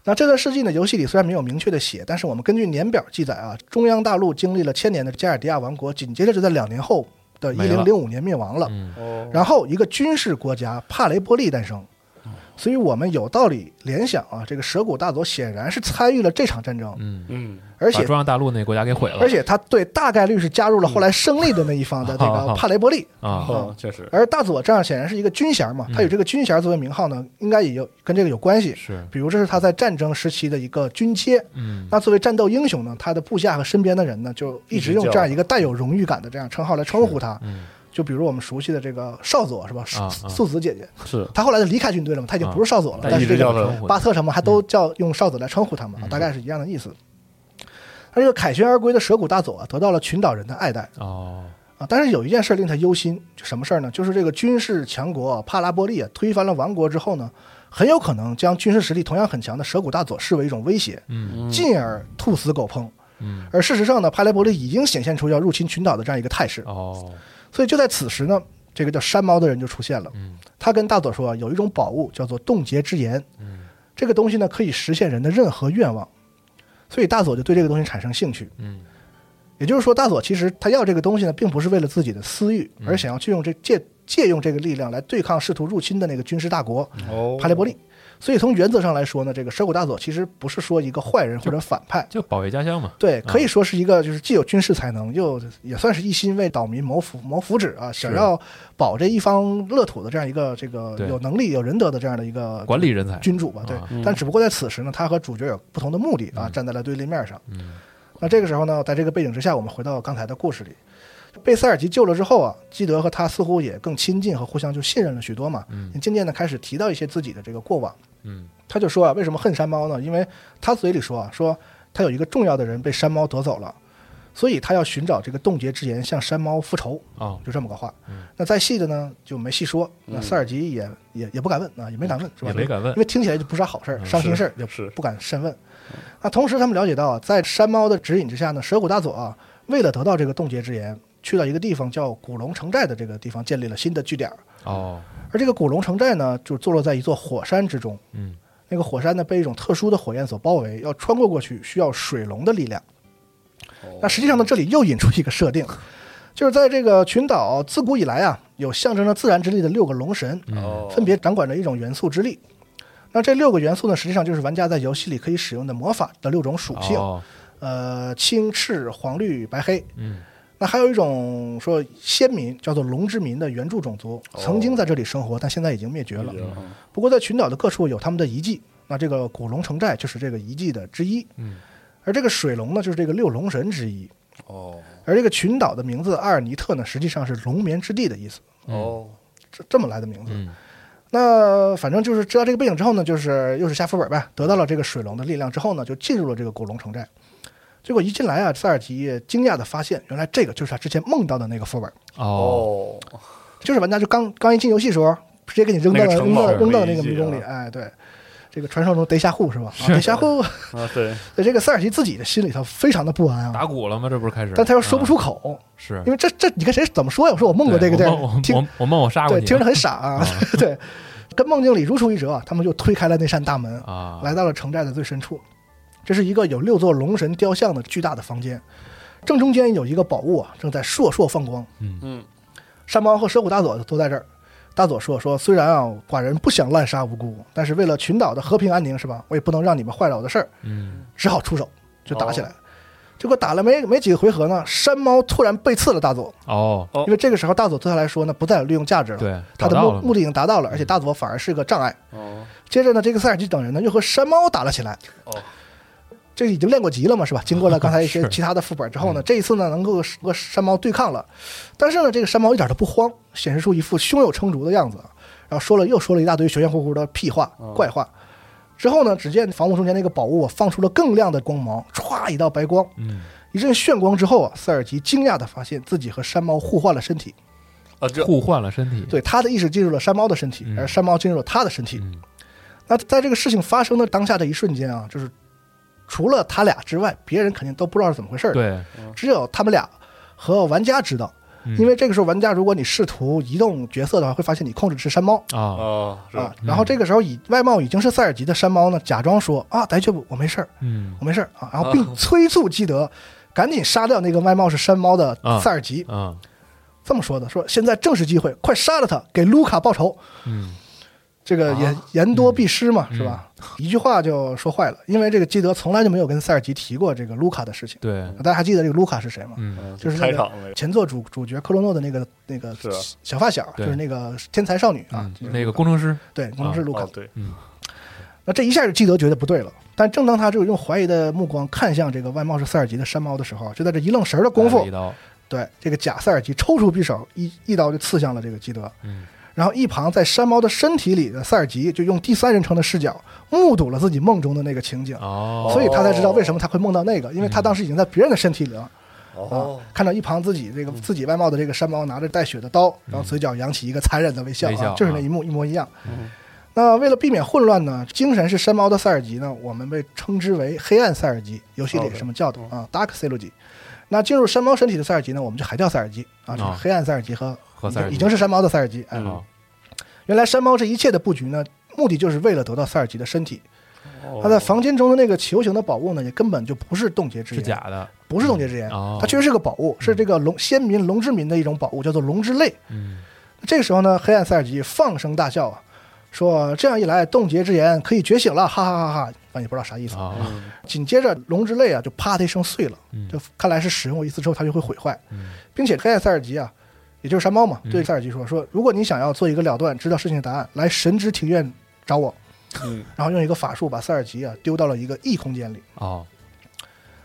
D: 那这段事迹呢，游戏里虽然没有明确的写，但是我们根据年表记载啊，中央大陆经历了千年的加尔迪亚王国，紧接着就在两年后的一
C: 没了
D: 零零五年灭亡了。
C: 嗯
D: 然后一个军事国家帕雷波利诞生，
C: 嗯
D: 所以我们有道理联想啊，这个蛇谷大佐显然是参与了这场战争，
C: 嗯，
B: 嗯，
D: 而
C: 把
D: 且
C: 中央大陆那国家给毁了，
D: 而且他对大概率是加入了后来胜利的那一
C: (laughs)
D: 方的这个帕雷波利。
C: 啊，
B: 哦，确实，
D: 而大佐这样显然是一个军衔嘛，他有这个军衔作为名号呢，应该也有跟这个有关系。
C: 是
D: 比如这是他在战争时期的一个军阶。
C: 嗯
D: 那作为战斗英雄呢，他的部下和身边的人呢，就一直用这样一个带有荣誉感的这样称号来称呼他。
C: 嗯
D: 就比如我们熟悉的这个少佐是吧？
C: 啊
D: 素子姐姐，
B: 是
D: 她后来就离开军队了嘛，她已经不是少佐了，
B: 但
D: 但
B: 一
D: 是这
B: 直
D: 个
B: 叫他
C: 我
D: 巴特什么还都叫用少佐来称呼他们啊，大概是一样的意思。而这个凯旋而归的蛇谷大佐啊，得到了群岛人的爱戴，
C: 哦，
D: 啊，但是有一件事令他忧心，就什么事儿呢？就是这个军事强国帕拉波利啊，推翻了王国之后呢，很有可能将军事实力同样很强的蛇谷大佐视为一种威胁，
C: 嗯
D: 进而兔死狗烹。
C: 嗯
D: 而事实上呢，帕雷伯利已经显现出要入侵群岛的这样一个态势，
C: 哦，
D: 所以就在此时呢，这个叫山猫的人就出现了。
C: 嗯
D: 他跟大佐说啊，有一种宝物叫做冻结之盐，
C: 嗯
D: 这个东西呢可以实现人的任何愿望，所以大佐就对这个东西产生兴趣。
C: 嗯
D: 也就是说，大佐其实他要这个东西呢，并不是为了自己的私欲，
C: 嗯
D: 而想要去用这借借用这个力量来对抗试图入侵的那个军事大国
B: 哦
D: 帕雷伯利。所以从原则上来说呢，这个蛇谷大佐其实不是说一个坏人或者反派，
C: 就保卫家乡嘛，啊
D: 对，可以说是一个就是既有军事才能，又也算是一心为岛民谋福谋福祉啊，想要保这一方乐土的这样一个这个
C: 对
D: 有能力有仁德的这样的一个
C: 管理人才，
D: 君主吧，对
C: 啊。嗯
D: 但只不过在此时呢，他和主角有不同的目的啊，站在了对立面上。那这个时候呢，在这个背景之下，我们回到刚才的故事里，被塞尔吉救了之后啊，基德和他似乎也更亲近和互相就信任了许多嘛。
C: 嗯
D: 渐渐的开始提到一些自己的这个过往。
C: 嗯
D: 他就说啊，为什么恨山猫呢？因为他嘴里说啊，说他有一个重要的人被山猫夺走了，所以他要寻找这个冻结之炎向山猫复仇，
C: 哦，
D: 就这么个话
C: 嗯。
D: 那再细的呢，就没细说。那塞尔吉也也也不敢问啊，也没敢问，是吧？
C: 也没敢问嗯
D: 因为听起来就不是啥好事儿，伤心事儿，也
B: 是
D: 不敢深问。那同时，他们了解到啊，在山猫的指引之下呢，蛇谷大佐啊，为了得到这个冻结之炎，去到一个地方叫古龙城寨的这个地方，建立了新的据点儿。
C: 哦，
D: 而这个古龙城寨呢，就坐落在一座火山之中。
C: 嗯，
D: 那个火山呢被一种特殊的火焰所包围，要穿过过去需要水龙的力量。那实际上呢，这里又引出一个设定，就是在这个群岛自古以来啊，有象征着自然之力的六个龙神，
C: 嗯
B: 哦
D: 分别掌管着一种元素之力。那这六个元素呢，实际上就是玩家在游戏里可以使用的魔法的六种属性，
C: 哦，
D: 呃，青、赤、黄、绿、白、黑。
C: 嗯，
D: 那还有一种说先民叫做龙之民的原住种族，曾经在这里生活，但现在已哦经灭绝
B: 哦
D: 了。不过在群岛的各处有他们的遗迹，那这个古龙城寨就是这个遗迹的之一。
C: 嗯，
D: 而这个水龙呢，就是这个六龙神之一。
E: 哦
D: 而这个群岛的名字阿尔尼特呢，实际上是龙眠之地的意思，
E: 哦，
D: 这这么来的名字。
C: 嗯
D: 那反正就是知道这个背景之后呢，就是又是下副本呗，得到了这个水龙的力量之后呢，就进入了这个古龙城寨。结果一进来啊，塞尔提也惊讶的发现，原来这个就是他之前梦到的那个副本，
C: 哦，
E: 哦，
D: 就是玩家就刚刚一进游戏的时候，直接给你扔到
B: 那
D: 了
B: 个城
D: 扔
B: 堡
D: 到扔到
B: 是
D: 那个
B: 吧
D: 迷
C: 啊
D: 宫里，
B: 遗迹
D: 哎，对，这个传说中逮下户是吧？啊，逮下户，
B: 啊，对，
D: (laughs) 对这个塞尔提自己的心里头非常的不安啊，
C: 打鼓了吗？这不是开始？
D: 但他又说不出口，
C: 嗯，是
D: 因为这这你跟谁怎么说呀？我说我梦过这个地
C: 对
D: 儿
C: 我梦，
D: 听
C: 我我我梦我杀过
D: 对
C: 你，
D: 听着很傻啊， (laughs) 对，跟梦境里如出一辙啊，他们就推开了那扇大门，
C: 啊，
D: 来到了城寨的最深处。这是一个有六座龙神雕像的巨大的房间，正中间有一个宝物啊，正在烁烁放光。
C: 嗯
E: 嗯，
D: 山猫和蛇谷大佐都在这儿。大佐说：“说虽然啊，寡人不想滥杀无辜，但是为了群岛的和平安宁，是吧？我也不能让你们坏了我的事儿，
C: 嗯，
D: 只好出手，就打起来了。结果打了没没几个回合呢，山猫突然背刺了大佐，
C: 哦，
E: 哦
D: 因为这个时候大佐对他来说呢，不再有利用价值了。
C: 对，
D: 他的
C: 找到
D: 目
C: 了嗯
D: 目的已经达到了，而且大佐反而是个障碍。
E: 哦，
D: 接着呢，这个塞尔吉等人呢又和山猫打了起来。
E: 哦，
D: 这已经练过级了嘛，是吧？经过了刚才一
C: (laughs)
D: 些
C: 是嗯
D: 其他的副本之后呢，这一次呢能够和山猫对抗了，但是呢，这个山猫一点都不慌，显示出一副胸有成竹的样子，然后说了又说了一大堆玄玄乎乎的屁话、
E: 嗯
D: 怪话。之后呢，只见房屋中间那个宝物啊放出了更亮的光芒，歘，一道白光，
C: 嗯，
D: 一阵炫光之后啊，塞尔吉惊讶地发现自己和山猫互换了身体，
E: 啊这
C: 互换了身体，
D: 对，他的意识进入了山猫的身体，
C: 嗯
D: 而山猫进入了他的身体。
C: 嗯
D: 那在这个事情发生的当下的一瞬间啊，就是除了他俩之外，别人肯定都不知道是怎么回事儿的，
C: 对，
D: 只有他们俩和玩家知道。
C: 嗯
D: 因为这个时候，玩家如果你试图移动角色的话，会发现你控制的是山猫
C: 啊，
B: 哦
E: 啊
D: 啊。然后这个时候以外貌已经是塞尔吉的山猫呢，假装说啊，大丈夫，我没事儿，
C: 嗯
D: 我没事儿啊。然后并催促基德赶紧杀掉那个外貌是山猫的
C: 啊
D: 塞尔吉，
C: 啊，
D: 这么说的，说现在正是机会，快杀了他，给卢卡报仇。
C: 嗯，
D: 这个言、言多必失嘛，是吧？一句话就说坏了，因为这个基德从来就没有跟塞尔吉提过这个卢卡的事情。
C: 对，
D: 大家还记得这个卢卡是谁吗？
C: 嗯，
D: 就是那
E: 开
D: 个
E: 场那个
D: 前作主主角克洛诺的那个那个
E: 是
D: 小发小，就
C: 对
D: 是那个天才少女啊
C: 嗯，那个工程师，
D: 对，可能是卢卡
E: 哦。对，
D: 那这一下就基德觉得不对了。但正当他这个用怀疑的目光看向这个外貌是塞尔吉的山猫的时候，啊就在这一愣神儿的功
C: 来了
D: 夫
C: 啊一，刀，
D: 对这个假塞尔吉抽出匕首，一一刀就刺向了这个基德。
C: 嗯，
D: 然后一旁在山猫的身体里的塞尔吉就用第三人称的视角目睹了自己梦中的那个情景，
C: 哦，
D: 所以他才知道为什么他会梦到那个，因为他当时已经在别人的身体里了。
E: 哦
D: 啊，看到一旁自己这
C: 嗯
D: 个自己外貌的这个山猫拿着带血的刀，然后嘴角扬起一个残忍的微笑
C: 微
D: 啊
C: 笑，嗯
D: 就是那一幕一模一样。那为了避免混乱呢，精神是山猫的塞尔吉呢，我们被称之为黑暗塞尔吉，游戏里
C: 哦
D: 也是这么叫的
C: 嗯
D: 啊，Dark c e l g 那进入山猫身体的塞尔吉呢，我们就还叫塞尔吉啊，就是
C: 啊
D: 黑暗塞尔吉和
C: 和塞尔吉嗯
D: 已经是山猫的塞尔吉。哎，
C: 好，
D: 原来山猫这一切的布局呢，目的就是为了得到塞尔吉的身体。
C: 哦
D: 他在房间中的那个球形的宝物呢，也根本就不是冻结之
C: 是
D: 眼，
C: 假的，
D: 不是冻结之眼，
C: 哦
D: 它确实是个宝物，是这个龙先民龙之民的一种宝物，叫做龙之泪。
C: 嗯，
D: 这个时候呢，黑暗塞尔吉放声大笑啊，说这样一来，冻结之眼可以觉醒了，哈哈哈哈！反正也不知道啥意思。
C: 啊，
D: 紧接着，龙之泪啊就啪的一声碎了，
C: 嗯
D: 就看来是使用过一次之后它就会毁坏，
C: 嗯
D: 并且黑暗塞尔吉啊，也就是山猫嘛，
C: 嗯
D: 对塞尔吉说说，如果你想要做一个了断，知道事情的答案，来神之庭院找我，
E: 嗯
D: 然后用一个法术把塞尔吉啊丢到了一个异空间里。
C: 哦，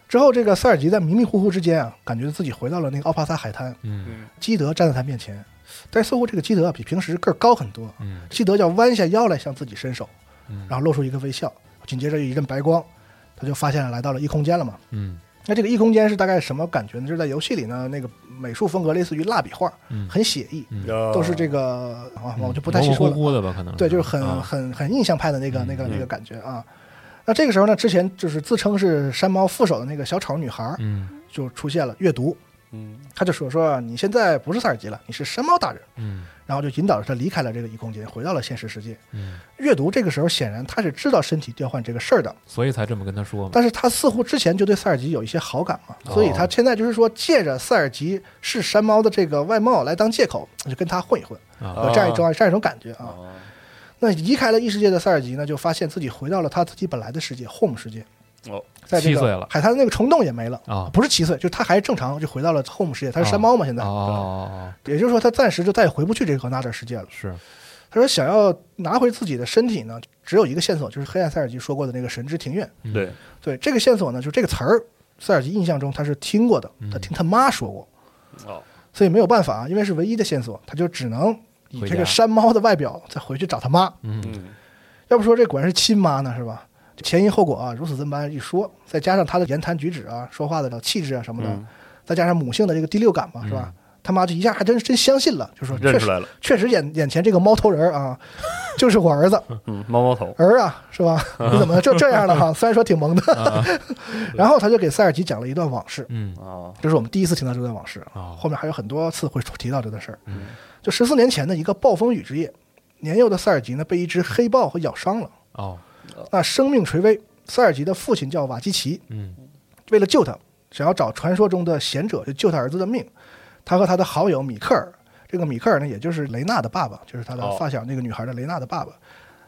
D: 之后，这个塞尔吉在迷迷糊糊之间啊，感觉自己回到了那个奥帕萨海滩。
C: 嗯
D: 基德站在他面前，但是似乎这个基德啊比平时个儿高很多。
C: 嗯
D: 基德要弯下腰来向自己伸手，
C: 嗯
D: 然后露出一个微笑。紧接着一阵白光，他就发现了来到了异空间了嘛。
C: 嗯
D: 那这个异空间是大概什么感觉呢？就是在游戏里呢，那个美术风格类似于蜡笔画，
C: 嗯
D: 很写意，都是这个啊，我就不太细
C: 模
D: 说
C: 模
D: 了
C: 糊。糊的吧，可能
D: 对，就是很、
C: 啊
D: 很很印象派的那个那个
B: 嗯
D: 那个感觉啊。那这个时候呢，之前就是自称是山猫副手的那个小丑女孩儿
C: 嗯
D: 就出现了阅读，
B: 嗯
D: 她就说说你现在不是塞尔吉了，你是山猫大人，
C: 嗯
D: 然后就引导着她离开了这个异空间，回到了现实世界。
C: 嗯，
D: 阅读这个时候显然他是知道身体调换这个事儿的，
C: 所以才这么跟他说嘛。
D: 但是他似乎之前就对塞尔吉有一些好感嘛，所以他现在就是说借着塞尔吉是山猫的这个外貌来当借口， (clears throat) 就跟他混一混，
C: 啊
D: 有这样一种这样一种感觉啊。
B: 哦
D: 那离开了异世界的塞尔吉呢，就发现自己回到了他自己本来的世界 home 世界，
B: 哦
D: 在这
C: 七岁
D: 个
C: 了
D: 海滩的那个虫洞也没了。
C: 啊
D: 不是七岁，就是他还正常就回到了 home 世界，他是山猫嘛，现在，
C: 哦，
D: 也就是说他暂时就再也回不去这个纳德世界了。
C: 是
D: 他说想要拿回自己的身体呢，只有一个线索，就是黑暗塞尔吉说过的那个神之庭院。
C: 嗯
B: 对，
D: 对这个线索呢，就这个词儿，塞尔吉印象中他是听过的，
C: 嗯
D: 他听他妈说过，
B: 哦
D: 所以没有办法啊，因为是唯一的线索，他就只能以这个山猫的外表再回去找他妈。
B: 嗯
D: 要不说这果然是亲妈呢，是吧？前因后果啊，如此这般一说，再加上他的言谈举止啊、说话的气质啊什么的，
B: 嗯
D: 再加上母性的这个第六感嘛，是吧？他妈就一下还真真相信了，就说
B: 认
D: 确
B: 出来
D: 实
B: 了
D: 确实眼眼前这个猫头人儿啊，就是我儿子。
B: 嗯，猫猫头，
D: 儿啊，是吧？
B: 嗯
D: 你怎么就这样
B: (laughs)
D: 了哈？虽然说挺萌的， (laughs) 然后他就给塞尔吉讲了一段往事，
C: 嗯
B: 哦
D: 这是我们第一次听到这段往事啊
C: 哦，
D: 后面还有很多次会提到这段事儿。
B: 嗯
D: 就十四年前的一个暴风雨之夜，年幼的塞尔吉呢被一只黑豹和咬伤了，
C: 哦
D: 那生命垂危。塞尔吉的父亲叫瓦基奇，
C: 嗯
D: 为了救他，想要找传说中的贤者去救他儿子的命，他和他的好友米克尔，这个米克尔呢，也就是雷娜的爸爸，就是他的
B: 哦
D: 发小那个女孩的雷娜的爸爸，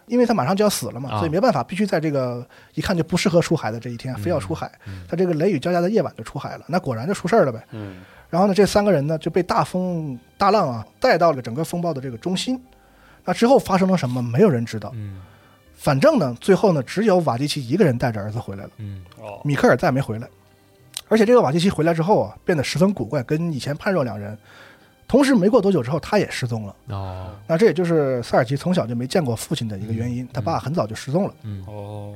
D: 因为他马上就要死了嘛，
C: 啊
D: 所以没办法，必须在这个一看就不适合出海的这一天，非要出海。他这个雷雨交加的夜晚就出海了，那果然就出事儿了呗。
B: 嗯
D: 然后呢，这三个人呢就被大风大浪啊带到了整个风暴的这个中心。那之后发生了什么，没有人知道。
C: 嗯
D: 反正呢，最后呢，只有瓦基奇一个人带着儿子回来了。
C: 嗯
B: 哦
D: 米克尔再也没回来。而且这个瓦基奇回来之后啊，变得十分古怪，跟以前判若两人。同时，没过多久之后，他也失踪了。
C: 哦
D: 那这也就是塞尔吉从小就没见过父亲的一个原因，他爸很早就失踪了。
C: 嗯
B: 哦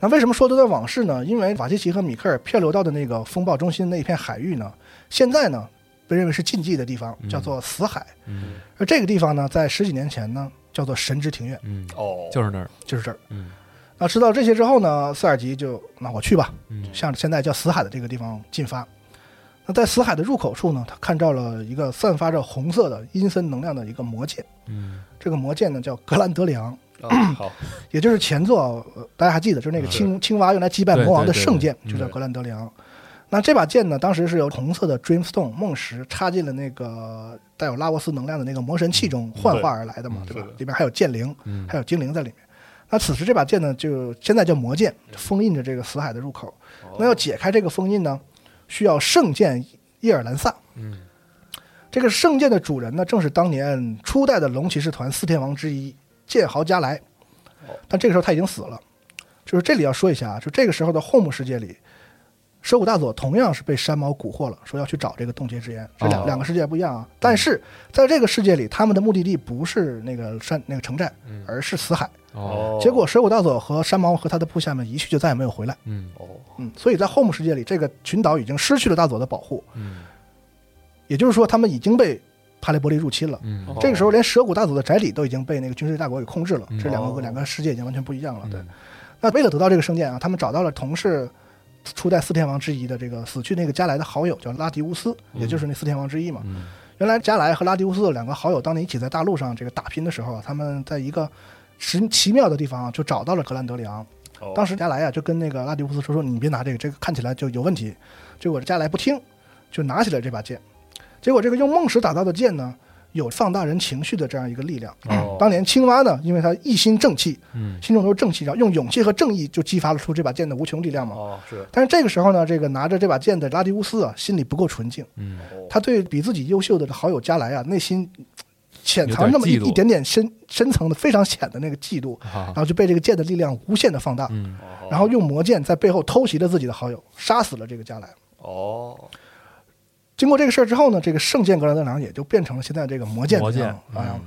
D: 那为什么说这段往事呢？因为瓦基奇和米克尔漂流到的那个风暴中心那一片海域呢，现在呢被认为是禁忌的地方，叫做死海。
C: 嗯
D: 而这个地方呢，在十几年前呢，叫做神之庭院，
C: 嗯，
B: 哦，
C: 就是那儿，
D: 就是这儿。
C: 嗯
D: 那知道这些之后呢，塞尔吉就那我去吧，
C: 嗯
D: 向现在叫死海的这个地方进发。那在死海的入口处呢，他看到了一个散发着红色的阴森能量的一个魔剑。
C: 嗯
D: 这个魔剑呢叫格兰德里昂，
B: 哦好，
D: 也就是前作、呃大家还记得，就是那个青青蛙用来击败魔王的圣剑，
C: 嗯对对对嗯
D: 就叫格兰德里昂。那这把剑呢，当时是由红色的 Dreamstone 梦石插进了那个带有拉沃斯能量的那个魔神器中幻化而来的嘛，对
B: 嗯
D: 吧
B: 是的？
D: 里面还有剑灵，
C: 嗯
D: 还有精灵在里面。那此时这把剑呢，就现在叫魔剑，封印着这个死海的入口。
C: 哦
D: 那要解开这个封印呢，需要圣剑叶尔兰萨。
C: 嗯
D: 这个圣剑的主人呢，正是当年初代的龙骑士团四天王之一剑豪加莱。
C: 哦
D: 但这个时候他已经死了。就是这里要说一下啊，就这个时候的 home 世界里，蛇谷大佐同样是被山猫蛊惑了，说要去找这个冻结之眼。这两、
C: 哦
D: 两个世界不一样啊。但是在这个世界里，他们的目的地不是那个山那个城寨，而是死海。
C: 嗯哦
D: 结果蛇谷大佐和山猫和他的部下们一去就再也没有回来。
C: 嗯
B: 哦
D: 嗯，所以在 home 世界里，这个群岛已经失去了大佐的保护，
C: 嗯
D: 也就是说，他们已经被帕雷伯利入侵了。
C: 嗯
D: 这个时候，连蛇谷大佐的宅邸都已经被那个军事大国给控制了
C: 嗯，
D: 这两
B: 哦
D: 个两个世界已经完全不一样了。对
C: 嗯，
D: 那为了得到这个圣剑啊，他们找到了同是初代四天王之一的这个死去那个加莱的好友，叫拉迪乌斯，也就是那四天王之一嘛。
C: 嗯
D: 原来加莱和拉迪乌斯的两个好友当年一起在大陆上这个打拼的时候啊，他们在一个神奇妙的地方啊，就找到了格兰德里昂。
B: 哦
D: 当时加莱啊就跟那个拉迪乌斯说说你别拿这个，这个看起来就有问题。结果加莱不听，就拿起了这把剑。结果这个用梦石打造的剑呢，有放大人情绪的这样一个力量。
B: 哦
D: 当年青蛙呢，因为他一心正气，
C: 嗯
D: 心中都是正气，然后用勇气和正义就激发了出这把剑的无穷力量嘛。
B: 哦是
D: 但是这个时候呢，这个拿着这把剑的拉迪乌斯啊，心里不够纯净，
C: 嗯
D: 他对比自己优秀的好友加莱啊，内心潜藏那么一
C: 有点嫉妒
D: 一点点深深层的非常浅的那个嫉妒，
C: 啊
D: 然后就被这个剑的力量无限的放大，
C: 嗯
D: 然后用魔剑在背后偷袭了自己的好友，杀死了这个加莱。
B: 哦，
D: 经过这个事儿之后呢，这个圣剑格兰德郎也就变成了现在这个魔剑
C: 魔剑嗯
D: 啊、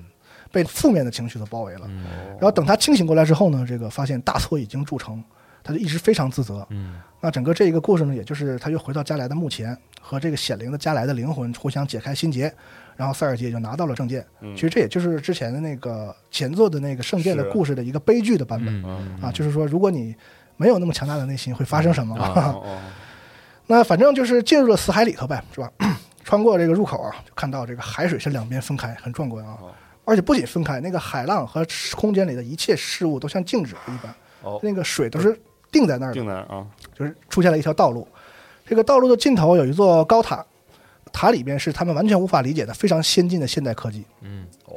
D: 被负面的情绪所包围了。然后等他清醒过来之后呢，这个发现大错已经铸成，他就一直非常自责。
C: 嗯，
D: 那整个这一个故事呢，也就是他又回到加莱的墓前，和这个显灵的加莱的灵魂互相解开心结，然后塞尔吉也就拿到了证件。其实这也就是之前的那个前作的那个圣剑的
B: 嗯是
D: 故事的一个悲剧的版本、
B: 嗯
D: 啊，就是说如果你没有那么强大的内心，会发生什 (laughs) 么？
C: 啊
B: 哦哦，
D: 那反正就是进入了死海里头呗，是吧？ (coughs) 穿过这个入口啊，就看到这个海水是两边分开，很壮观啊！而且不仅分开，那个海浪和空间里的一切事物都像静止一般，
B: 哦
D: 那个水都是定在那儿的，
B: 定在那儿啊，
D: 就是出现了一条道路。这个道路的尽头有一座高塔，塔里边是他们完全无法理解的非常先进的现代科技。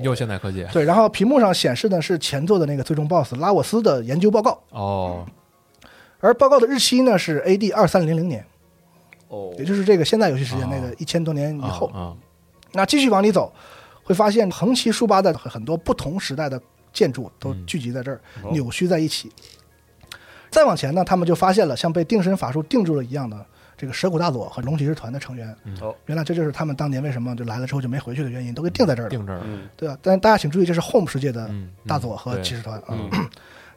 C: 又现代科
B: 哎
C: 技
D: 对，然后屏幕上显示的是前作的那个最终 BOSS 拉沃斯的研究报告，
C: 哦，
D: 而报告的日期呢是 AD 二三零零年，
B: 哦
D: 嗯也就是这个现在游戏时间内的一千多年以
C: 啊
D: 后。
C: 啊，
D: 那继续往里走，会发现横七竖八的很多不同时代的建筑都聚集在这儿，
B: 哦
C: 嗯
D: 扭曲在一起。再往前呢，他们就发现了像被定身法术定住了一样的这个蛇骨大佐和龙骑士团的成员。
C: 嗯
B: 哦
D: 原来这就是他们当年为什么就来了之后就没回去的原因，都给定在这儿了，
C: 定这儿了，
B: 嗯
D: 对吧？但是大家请注意，这是 Home 世界的
C: 嗯嗯
D: 大佐和
C: 对
D: 骑士团啊。
B: 嗯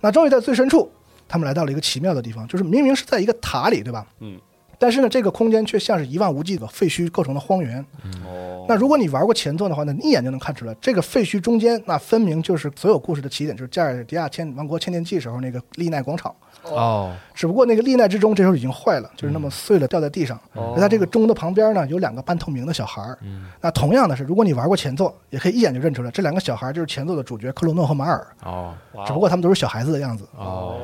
D: 那终于在最深处，他们来到了一个奇妙的地方，就是明明是在一个塔里，对吧？
B: 嗯，
D: 但是呢，这个空间却像是一望无际的废墟构成的荒原。
C: 嗯
B: 哦，
D: 那如果你玩过前作的话呢，你一眼就能看出来，这个废墟中间那分明就是所有故事的起点，就是加尔迪亚千王国千年祭时候那个利奈广场。
C: 哦，
D: 只不过那个利奈之钟这时候已经坏了，就是那么碎了掉在地上。而它这个钟的旁边呢，有两个半透明的小孩儿。那同样的是，如果你玩过前作，也可以一眼就认出来，这两个小孩就是前作的主角克罗诺和马尔，
C: 哦，
B: 哇
D: 只不过他们都是小孩子的样子。
C: 哦，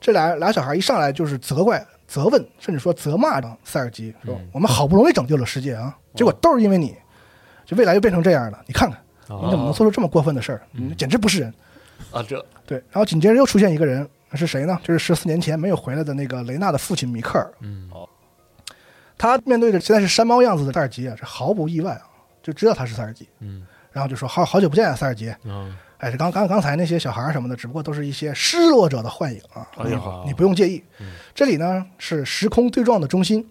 D: 这俩俩小孩一上来就是责怪、责问，甚至说责骂塞尔吉，说、
C: 嗯
D: 我们好不容易拯救了世界啊，结果
C: 哦
D: 都是因为你，就未来又变成这样了。你看看，
C: 哦
D: 你怎么能做出这么过分的事儿？
C: 嗯
D: 你简直不是人。
B: 啊这
D: 对，然后紧接着又出现一个人，是谁呢？就是十四年前没有回来的那个雷娜的父亲米克尔。
C: 嗯
B: 哦，
D: 他面对着现在是山猫样子的塞尔吉啊，这毫不意外啊，就知道他是塞尔吉。
C: 嗯，
D: 然后就说好好久不见啊，塞尔吉。
C: 嗯，
D: 哎，这刚刚刚才那些小孩儿什么的，只不过都是一些失落者的幻影啊，
B: 哎呀
D: 你不用介意。
C: 嗯
D: 这里呢是时空对撞的中心。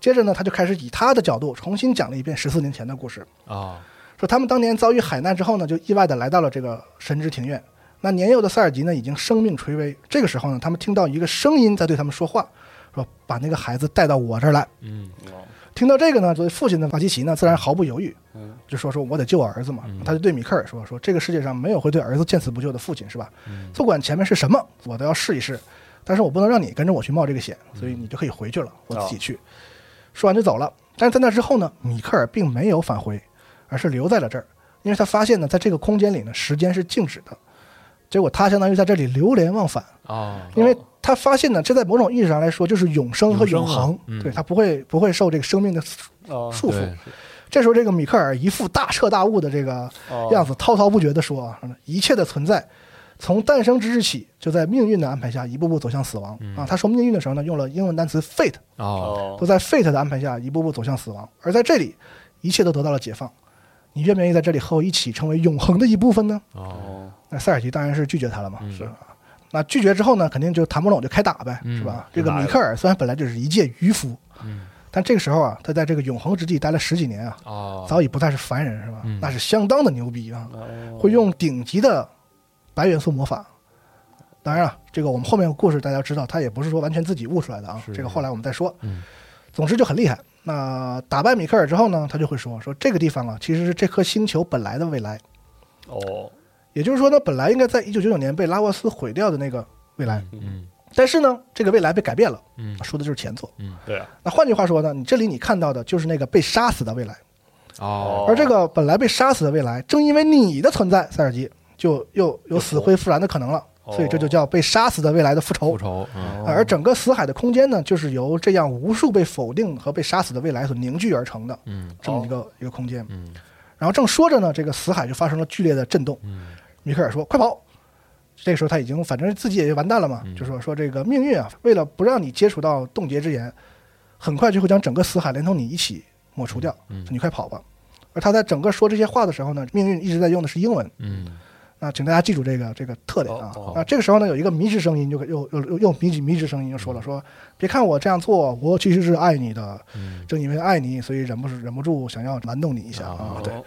D: 接着呢，他就开始以他的角度重新讲了一遍十四年前的故事，
C: 哦，
D: 说他们当年遭遇海难之后呢，就意外的来到了这个神之庭院。那年幼的塞尔吉呢，已经生命垂危。这个时候呢，他们听到一个声音在对他们说话，说把那个孩子带到我这儿来。
C: 嗯，
D: 听到这个呢，作为父亲的马基奇呢，自然毫不犹豫，就说说我得救我儿子嘛。他就对米克尔说说这个世界上没有会对儿子见死不救的父亲是吧？不管前面是什么，我都要试一试。但是我不能让你跟着我去冒这个险，所以你就可以回去了，我自己去。说完就走了。但是在那之后呢，米克尔并没有返回，而是留在了这儿，因为他发现呢，在这个空间里呢，时间是静止的。结果他相当于在这里流连忘返，
C: 哦，
D: 因为他发现呢，这在某种意义上来说就是永生和永
C: 永生
D: 恒
C: 啊，嗯
D: 对他不会不会受这个生命的
B: 哦
D: 束缚
C: 对。
D: 这时候，这个米克尔一副大彻大悟的这个
B: 哦
D: 样子，滔滔不绝地说啊：“一切的存在，从诞生之日起，就在命运的安排下，一步步走向死亡。”
C: 嗯
D: 啊，他说命运的时候呢，用了英文单词 fate，
C: 哦，
B: 哦
D: 都在 fate 的安排下，一步步走向死亡。而在这里，一切都得到了解放。你愿不愿意在这里和我一起成为永恒的一部分呢？
C: 哦，
D: 那塞尔吉当然是拒绝他了嘛，是吧那拒绝之后呢，肯定就谈不拢嗯就开打呗，是吧？这个米克尔虽然本来就是一介渔夫，但这个时候啊，他在这个永恒之地待了十几年啊，
C: 哦，
D: 早已不再是凡人，是吧？那是相当的牛逼啊，会用顶级的白元素魔法。当然了，这个我们后面有故事大家知道，他也不是说完全自己悟出来的啊，这个后来我们再说。总之就很厉害。那打败米克尔之后呢，他就会说说这个地方啊，其实是这颗星球本来的未来，
B: 哦
D: 也就是说呢，本来应该在一九九九年被拉沃斯毁掉的那个未来，
C: 嗯
D: 但是呢，这个未来被改变了，
C: 嗯
D: 说的就是前作。
B: 对啊
D: 那换句话说呢，你这里你看到的就是那个被杀死的未来，
C: 哦，
D: 而这个本来被杀死的未来，正因为你的存在，塞尔吉就又有死灰复燃的可能了，
B: 哦
D: 所以这就叫被杀死的未来的复仇
C: 复。仇，嗯，
D: 啊而整个死海的空间呢，就是由这样无数被否定和被杀死的未来所凝聚而成的，
C: 嗯，
D: 这么一个一个空间。嗯，然后正说着呢，这个死海就发生了剧烈的震动。嗯，米克尔说：“快跑！”这个时候他已经反正自己也完蛋了嘛，就说说这个命运啊，为了不让你接触到嗯冻结之炎，很快就会将整个死海连同你一起抹除掉，你快跑吧。而他在整个说这些话的时候呢，命运一直在用的是英文
C: 嗯，
D: 啊，请大家记住这个这个特点啊
B: 哦哦。
D: 啊，这个时候呢，有一个迷之声音就又又又又迷之迷之声音就说了，说别看我这样做，我其实是爱你的，正因为爱你，所以忍不忍不住想要玩弄你一下啊。对，
B: 哦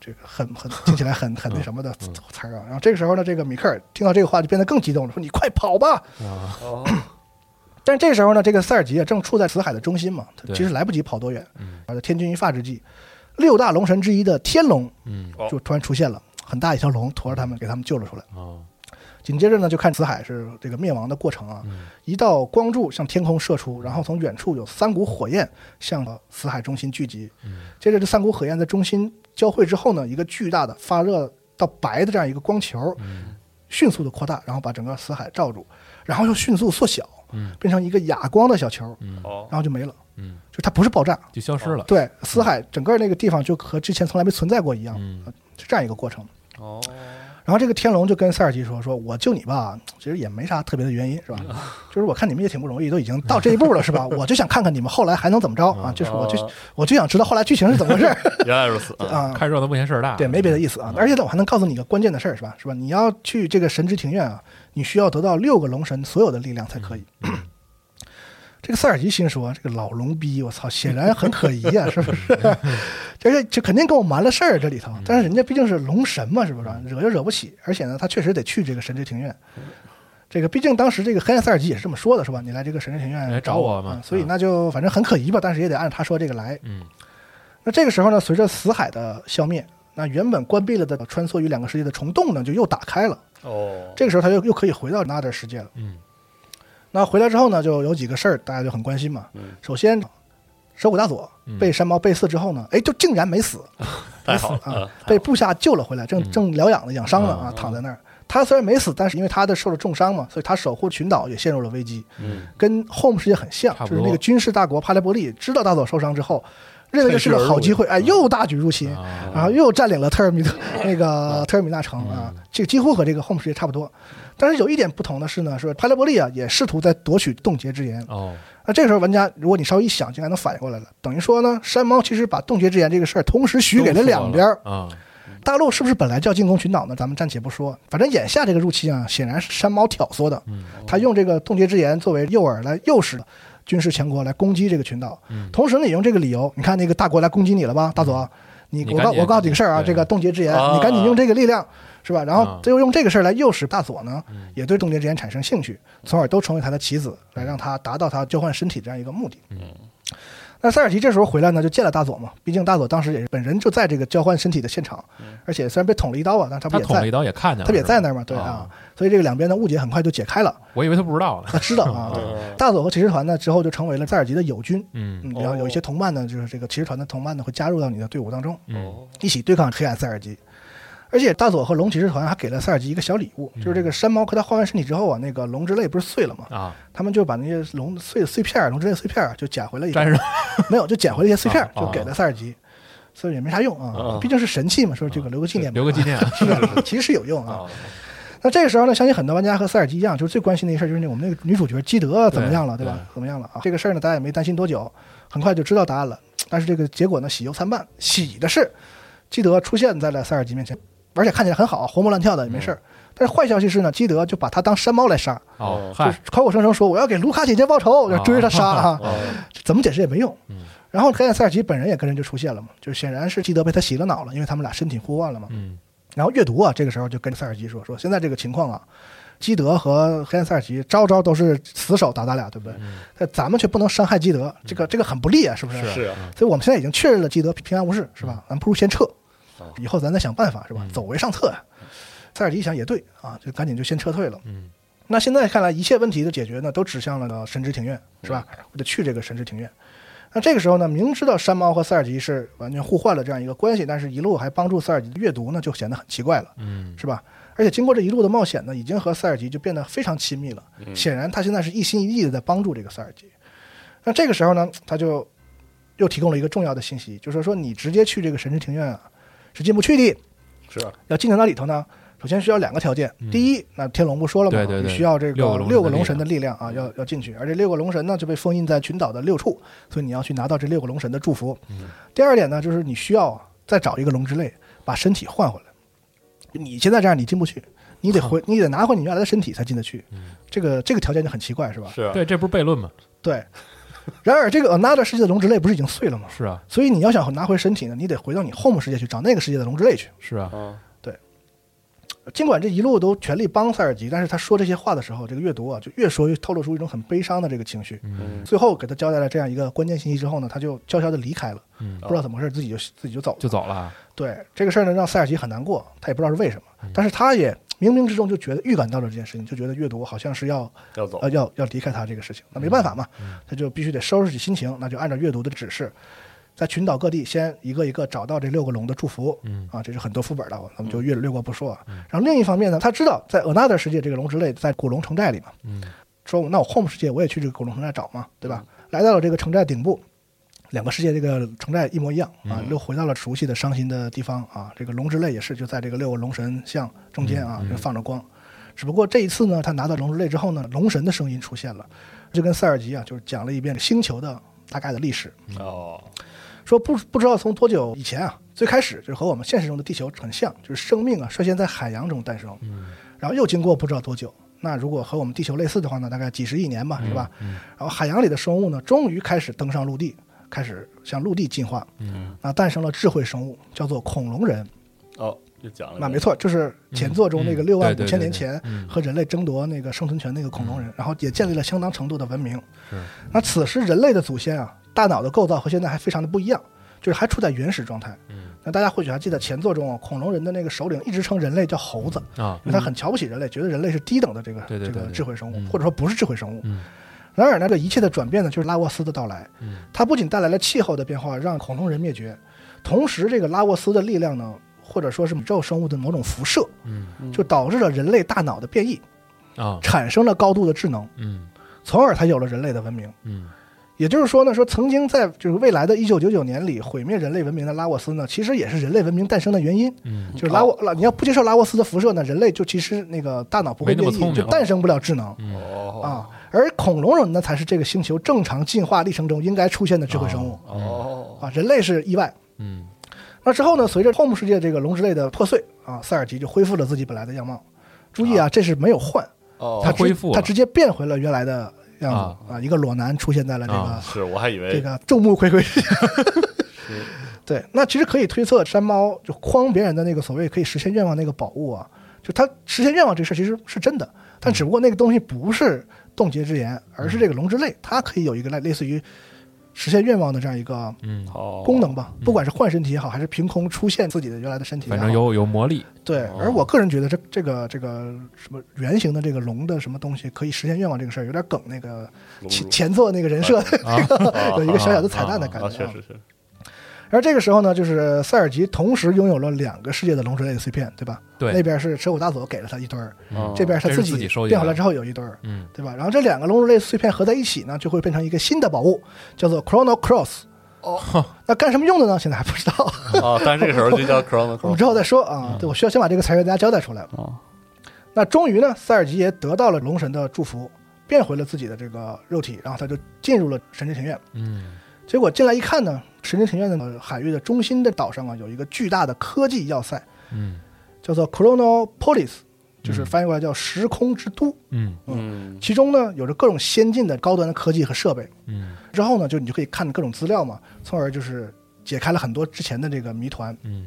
D: 这个很很听起来很很那什么的
C: 嗯
D: 词儿啊。然后这个时候呢，这个米克尔听到这个话就变得更激动了，说你快跑吧！
B: 哦，
D: (clears throat) 但是这时候呢，这个塞尔吉啊正处在死海的中心嘛，他
C: 对嗯
D: 其实来不及跑多远。而在天君一发之际，六大龙神之一的天龙，
C: 嗯，
B: 哦
D: 就突然出现了，很大一条龙驮着他们，给他们救了出来。
C: 哦，
D: 紧接着呢，就看死海是这个灭亡的过程啊，一道光柱向天空射出，然后从远处有三股火焰向死海中心聚集。接着这三股火焰在中心交汇之后呢，一个巨大的发热到白的这样一个光球，迅速的扩大，然后把整个死海罩住，然后又迅速缩小，变成一个哑光的小球，
B: 哦，
D: 然后就没了。
C: 嗯，
D: 就它不是爆炸，
C: 就消失了。
D: 对，死海整个那个地方就和之前从来没存在过一样，呃
C: 嗯
D: 是这样一个过程。
B: 哦，
D: 然后这个天龙就跟塞尔吉说：“说我救你吧，其实也没啥特别的原因，是吧？就是我看你们也挺不容易，都已经到这一步了，是吧？我就想看看你们后来还能怎么着啊！就是我就
B: 哦
D: 我就想知道后来剧情是怎么回事儿
B: 原来如此啊！
D: 啊！
C: 看热闹不嫌事儿大。
D: 对，没别的意思啊。而且呢，我还能告诉你一个关键的事儿，是吧？是吧？你要去这个神之庭院啊，你需要得到六个龙神所有的力量才可以。这个塞尔吉心说：“这个老龙逼，我操，显然很可疑呀、是不是？ (laughs) 而且这肯定给我瞒了事儿这里头。
C: 嗯
D: 但是人家毕竟是龙神嘛，是不是？惹又惹不起。而且呢，他确实得去这个神之庭院。这个毕竟当时这个黑暗塞尔吉也是这么说的，是吧？你来这个神之庭
C: 来
D: 院
C: 找我
D: 我
C: 嘛
D: 嗯所以
C: 嗯
D: 那就反正很可疑吧，但是也得按他说这个来。
C: 嗯，
D: 那这个时候呢，随着死海的消灭，那原本关闭了的穿梭于两个世界的虫洞呢，就又打开了。
B: 哦，
D: 这个时候他又又可以回到那点世界了。
C: 嗯，
D: 那回来之后呢，就有几个事儿大家就很关心嘛。
B: 嗯
D: 首先，蛇谷大佐被山猫背刺之
B: (laughs)
D: 后呢，哎，就竟然没死
B: 太好了，嗯
D: 啊
B: 啊，
D: 被部下救了回来，正正疗养的养伤呢啊，躺在那儿。他虽然没死，但是因为他的受了重伤嘛，所以他守护群岛也陷入了危机，
B: 嗯，
D: 跟 Home 世界很像
C: 差，不
D: 就
C: 多
D: 是那个军事大国帕莱伯利知道大佐受伤之后，认为这是
B: 趁
D: 个
B: 势而入
D: 好机会，哎，又大举入侵，
C: 啊，
D: 然后又占领了特尔米特那个特尔米纳城啊，这个几乎和这个 Home 世界差不多。但是有一点不同的是呢，是派莱伯利啊也试图在夺取冻结之眼。
C: 哦，
D: 那这时候玩家，如果你稍微一想，就应该能反应过来了。等于说呢，山猫其实把冻结之眼这个事儿同时许给了两边儿。
C: 啊，
D: 大陆是不是本来叫进攻群岛呢？咱们暂且不说，反正眼下这个入侵啊，显然是山猫挑唆的。
C: 嗯
D: 他用这个冻结之眼作为诱饵来诱使军事强国来攻击这个群岛，
C: 嗯
D: 同时呢也用这个理由，你看那个大国来攻击你了吧，大佐，你
C: 你
D: 我
C: 赶
D: 告
C: 紧
D: 我告诉你个事儿啊，
C: 对
D: 这个冻结之眼，
B: 啊
D: 你赶紧用这个力量。是吧？然后
C: 啊嗯
D: 他又用这个事儿来诱使大佐呢，也对冻结之眼产生兴趣，从而都成为他的棋子，来让他达到他交换身体这样一个目的。那塞尔提这时候回来呢，就见了大佐嘛，毕竟大佐当时也是本人就在这个交换身体的现场，而且虽然被捅了一刀啊，但是他
C: 他
D: 不也
C: 捅了
D: 在
C: 一，刀也看见了，
D: 他不也
C: 是吧
D: 在那儿嘛，对啊，，所以这个两边的误解很快就解开了，
C: 我以为他不知道呢。
D: 他知道
C: (laughs)
D: 啊，对大佐和骑士团呢之后就成为了塞尔吉的友军，
C: 嗯，
D: (laughs) 嗯，然后有一些同伴呢，就是这个骑士团的同伴呢会加入到你的队伍当
C: 嗯
D: 中，
B: 哦，
D: 一起对抗黑暗塞尔吉。而且大佐和龙骑士团还给了塞尔吉一个小礼物，就是这个山猫和他换完身体之后啊，那个龙之泪不是碎了吗？
C: 嗯啊，
D: 他们就把那些龙的碎碎片儿、龙之泪碎片儿啊就捡回了一个
C: 沾，
D: (laughs)
C: 上
D: 没有就捡回了一些碎片儿，
C: 啊啊
D: 就给了塞尔吉，所以也没啥用
B: 啊，
D: 啊毕竟是神器嘛，说这个留个纪念吧，
C: 留个纪念。啊
D: (laughs)
C: 哦
D: 是吧？其实是有用啊。
B: 啊，
D: 那这个时候呢，相信很多玩家和塞尔吉一样，就是最关心的一事儿就是那我们那个女主角基德怎么样了，对
C: 对
D: 吧？怎么样了啊？这个事儿呢，大家也没担心多久，很快就知道答案了。但是这个结果呢，喜忧参半。喜的是，基德出现在了塞尔吉面前，而且看起来很好，啊活蹦乱跳的也没事儿。
C: 嗯
D: 但是坏消息是呢，基德就把他当山猫来杀，
C: 哦，
D: 就
C: 嗨
D: 是，口口声声说我要给卢卡姐姐报仇，要追着他杀啊，
B: 哦，
D: 怎么解释也没用。然后黑暗塞尔吉本人也跟人就出现了嘛，就显然是基德被他洗了脑了，因为他们俩身体互换了嘛。
C: 嗯，
D: 然后阅读啊，这个时候就跟塞尔吉说说，现在这个情况啊，基德和黑暗塞尔吉招招都是死守达达俩，对不对？但咱们却不能伤害基德，这个这个很不利啊，是不是？
B: 是啊，
C: 嗯
D: 所以我们现在已经确认了基德平安无事，是吧？咱不如先撤，
C: 哦
D: 以后咱再想办法，是吧？
C: 嗯
D: 走为上策呀。塞尔吉一想也对啊，就赶紧就先撤退了。
C: 嗯，
D: 那现在看来，一切问题的解决呢，都指向了神之庭院，是吧？
C: 嗯
D: 我得去这个神之庭院。那这个时候呢，明知道山猫和塞尔吉是完全互换了这样一个关系，但是一路还帮助塞尔吉阅读呢，就显得很奇怪了，
C: 嗯，
D: 是吧？而且经过这一路的冒险呢，已经和塞尔吉就变得非常亲密了。
C: 嗯
D: 显然，他现在是一心一意的在帮助这个塞尔吉。那这个时候呢，他就又提供了一个重要的信息，就是说你直接去这个神之庭院啊是进不去的。
B: 是啊，
D: 要进到那里头呢，首先需要两个条件。第一，那天龙不说了吗？
C: 对对对
D: 你需要这
C: 六个龙
D: 个
C: 神的
D: 六个龙神的力量啊，要要进去，而这六个龙神呢就被封嗯印在群岛的六处，所以你要去拿到这六个龙神的祝福。第二点呢，就是你需要再找一个龙之泪，把身体换回来。你现在这样，你进不去，你得 (laughs) 回，你得拿回你原来的身体才进得去。这个这个条件就很奇嗯怪，是吧？
B: 是啊，
C: 对，这不是悖论吗？
D: 对。然而，这个 another 世界的龙之泪不是已经碎了吗？
C: 是啊，
D: 所以你要想拿回身体呢，你得回到你 home 世界去找那个世界的龙之泪去。
C: 是啊，
B: 嗯，
D: 尽管这一路都全力帮塞尔吉，但是他说这些话的时候，这个阅读啊，就越说越透露出一种很悲伤的这个情绪。
C: 嗯
D: 最后给他交代了这样一个关键信息之后呢，他就悄悄的离开了，
C: 嗯，
D: 不知道怎么回事，自己就自己就走了。
C: 就走了啊。
D: 对这个事儿呢，让塞尔吉很难过，他也不知道是为什么，但是他也冥冥之中就觉得预感到了这件事情，就觉得阅读好像是要
B: 要走
D: 呃，要要离开他这个事情，那没办法嘛，他就必须得收拾起心情，那就按照阅读的指示，在群岛各地先一个一个找到这六个龙的祝福，
C: 嗯
D: 啊，这是很多副本的，咱们就略略过不说啊。然后另一方面呢，他知道在 Another 世界这个龙之泪在古龙城寨里嘛，
C: 嗯
D: 说那我 Home 世界我也去这个古龙城寨找嘛，对吧？来到了这个城寨顶部，两个世界这个城寨一模一样啊，又回到了熟悉的伤心的地方啊。这个龙之泪也是就在这个六个龙神像中间啊，就放着光。只不过这一次呢，他拿到龙之泪之后呢，龙神的声音出现了，就跟塞尔吉啊，就是讲了一遍星球的大概的历史，
C: 嗯
B: 哦，
D: 说不不知道从多久以前啊，最开始就和我们现实中的地球很像，就是生命啊率先在海洋中诞生，然后又经过不知道多久，那如果和我们地球类似的话呢，大概几十亿年吧，是吧？然后海洋里的生物呢，终于开始登上陆地，开始向陆地进化，
C: 嗯
D: 那诞生了智慧生物，叫做恐龙人。
B: 哦，又讲了，
D: 那啊没，错，就是前作中那个
C: 嗯
D: 六万五
C: 对对
D: 千
C: 对
D: 年
C: 对
D: 前
C: 嗯
D: 和人类争夺那个生存权那个恐龙人，然后也建立了相当程度的文明。
C: 是，
D: 那此时人类的祖先啊，大脑的构造和现在还非常的不一样，就是还处在原始状态。
C: 嗯
D: 那大家或许还记得前作中啊，恐龙人的那个首领一直称人类叫猴子，
C: 啊，
D: 因为他很瞧不起人类，觉得人类是低等的这个
C: 对对
D: 这
C: 对
D: 个
C: 对
D: 智慧生物
C: 嗯，
D: 或者说不是智慧生物。
C: 嗯
D: 然而呢，这一切的转变呢，就是拉沃斯的到来
C: 嗯。
D: 它不仅带来了气候的变化，让恐龙人灭绝，同时这个拉沃斯的力量呢，或者说是宇宙生物的某种辐射，
C: 嗯
D: 就导致了人类大脑的变异，
C: 啊，
D: 产生了高度的智能，
C: 嗯
D: 从而才有了人类的文明。
C: 嗯
D: 也就是说呢，说曾经在就是未来的1999年里毁灭人类文明的拉沃斯呢，其实也是人类文明诞生的原因。
C: 嗯
D: 就是拉沃拉，你要不接受拉沃斯的辐射呢，人类就其实那个大脑不会
C: 没那
D: 变
C: 么
D: 异，
C: 聪明
D: 就诞生不了智能
C: 嗯
B: 哦，
D: 啊。而恐龙人呢，才是这个星球正常进化历程中应该出现的智慧生物
B: 哦，
D: 啊，人类是意外。
C: 嗯
D: 那之后呢，随着 Home 世界这个龙之类的破碎啊，塞尔吉就恢复了自己本来的样貌。注意啊，这是没有换，
B: 哦
D: 他
C: 它
D: 直
C: 恢复了
D: 他直接变回了原来的样子
C: 啊
D: 啊，一个裸男出现在了这个
C: 啊
B: 是我还以
D: 这
B: 为
D: 个众目睽睽之下。 (laughs) 对，那其实可以推测，山猫就诓别人的那个所谓可以实现愿望那个宝物啊，就他实现愿望这事儿其实是真的，
C: 嗯
D: 但只不过那个东西不是冻结之言，而是这个龙之泪，它可以有一个类类似于实现愿望的这样一个
C: 嗯，
B: 哦
D: 功能吧，不管是换身体也好，还是凭空出现自己的原来的身体也
C: 反
D: 好，
C: 正有有魔力，
D: 对，
B: 哦
D: 而我个人觉得这这个这个什么圆形的这个龙的什么东西可以实现愿望这个事儿，有点梗那个
B: 龙
D: 前
B: 珠
D: 前作那个人设的那个有一个小小的彩蛋的感
B: 啊，
D: 觉
B: 确
D: 啊。
B: 实是，
D: 而这个时候呢，就是塞尔吉同时拥有了两个世界的龙之类的碎片，对吧？
C: 对
D: 那边是蛇骨大佐给了他一堆儿，
B: 嗯
D: 这边他
C: 这
D: 自
C: 是
D: 己
C: 自己收集的
D: 变回来之后有一堆儿，
C: 嗯
D: 对吧？然后这两个龙之类碎片合在一起呢，就会变成一个新的宝物，叫做 Chrono Cross。哦，那干什么用的呢？现在还不知道。
B: 啊，但是这个时候就叫
D: (laughs)
B: Chrono，
D: 我们之后再说啊。对，我需要先把这个词儿给大家交代出来。
B: 啊
D: 那终于呢，塞尔吉也得到了龙神的祝福，变回了自己的这个肉体，然后他就进入了神之庭院。
C: 嗯
D: 结果进来一看呢，神之庭院的海域的中心的岛上啊，有一个巨大的科技要塞，
C: 嗯
D: 叫做 Chronopolis，就是翻译过来叫时空之都。
C: 嗯
B: 嗯
D: 其中呢，有着各种先进的高端的科技和设备。
C: 嗯
D: 之后呢，就你就可以看各种资料嘛，从而就是解开了很多之前的这个谜团。
C: 嗯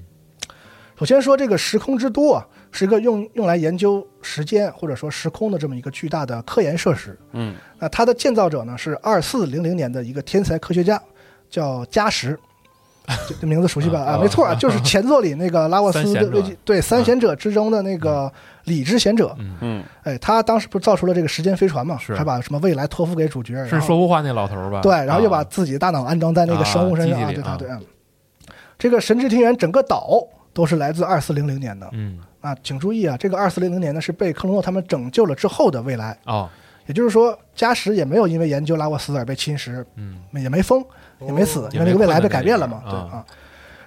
D: 首先说这个时空之都啊，是一个用用来研究时间或者说时空的这么一个巨大的科研设施。
B: 嗯，
D: 那它的建造者呢是二四零零年的一个天才科学家，叫加
C: (laughs)
D: 什。这这名字熟悉吧？啊，没错啊，就是前作里那个拉沃斯
C: 三
D: 的
C: 贤者
D: 危机，对三贤者之中的那个理之贤者。
C: 嗯
B: 嗯，
D: 哎，他当时不是造出了这个时间飞船嘛？
C: 是
D: 还把什么未来托付给主角，
C: 是
D: 然后
C: 说胡话那老头儿吧？
D: 对，然后又把
C: 啊
D: 自己大脑安装在那个生物身上，
C: 啊机
D: 啊
C: 器
D: 对
C: 里
D: 他
C: 啊
D: 对。嗯这个神之庭园整个岛都是来自二四零零年的
C: 嗯
D: 啊，请注意啊，这个二四零零年呢是被克隆诺他们拯救了之后的未来，
C: 哦
D: 也就是说，加什也没有因为研究拉沃斯而被侵蚀，
C: 嗯
D: 也没疯，也没死，因
C: 也没
D: 为那个未来
C: 困在
D: 被
C: 那
D: 改变
C: 里
D: 了
C: 边
D: 嘛，对
C: 啊
D: 啊。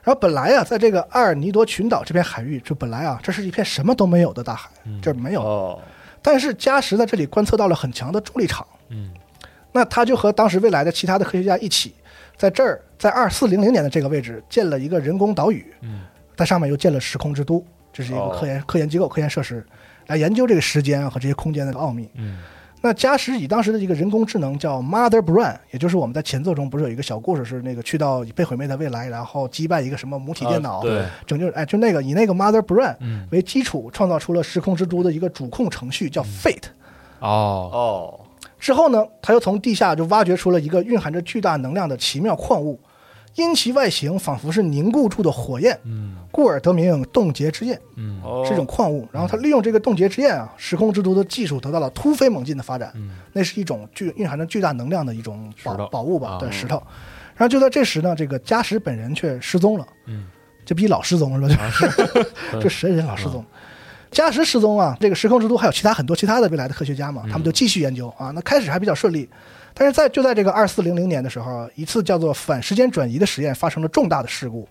D: 然后本来啊，在这个阿尔尼多群岛这片海域，就本来啊，这是一片什么都没有的大海，
C: 嗯
D: 这没有。
B: 哦，
D: 但是加什在这里观测到了很强的重力场，
C: 嗯
D: 那他就和当时未来的其他的科学家一起，在这儿在二四零零年的这个位置建了一个人工岛屿，
C: 嗯
D: 在上面又建了时空之都，这是一个
B: 哦
D: 科研、科研机构、科研设施，来研究这个时间啊和这些空间的奥秘。
C: 嗯
D: 那加时以当时的一个人工智能叫 Mother Brain，也就是我们在前作中不是有一个小故事是那个去到已被毁灭的未来，然后击败一个什么母体电脑，
B: 啊对，
D: 拯救哎就那个以那个 Mother Brain
C: 嗯
D: 为基础创造出了时空之都的一个主控程序叫 Fate。
C: 哦
B: 哦，
D: 之后呢，他又从地下就挖掘出了一个蕴含着巨大能量的奇妙矿物，因其外形仿佛是凝固住的火焰，
C: 嗯
D: 故而得名冻结之焰。
C: 嗯
B: 哦
D: 是一种矿物。然后他利用这个冻结之焰啊，时空之都的技术得到了突飞猛进的发展。那是一种具蕴含着巨大能量的一种
C: 石
D: 宝
C: 头
D: 宝物吧
C: 啊，
D: 对，石头。然后就在这时呢，这个加什本人却失踪了。
C: 嗯，
D: 这逼老失踪是吧？ (laughs) 这神人老失踪。
C: 嗯
D: 加什失踪啊，这个时空之都还有其他很多其他的未来的科学家嘛，
C: 嗯
D: 他们就继续研究啊。那开始还比较顺利，但是在就在这个二四零零年的时候，一次叫做反时间转移的实验发生了重大的事故，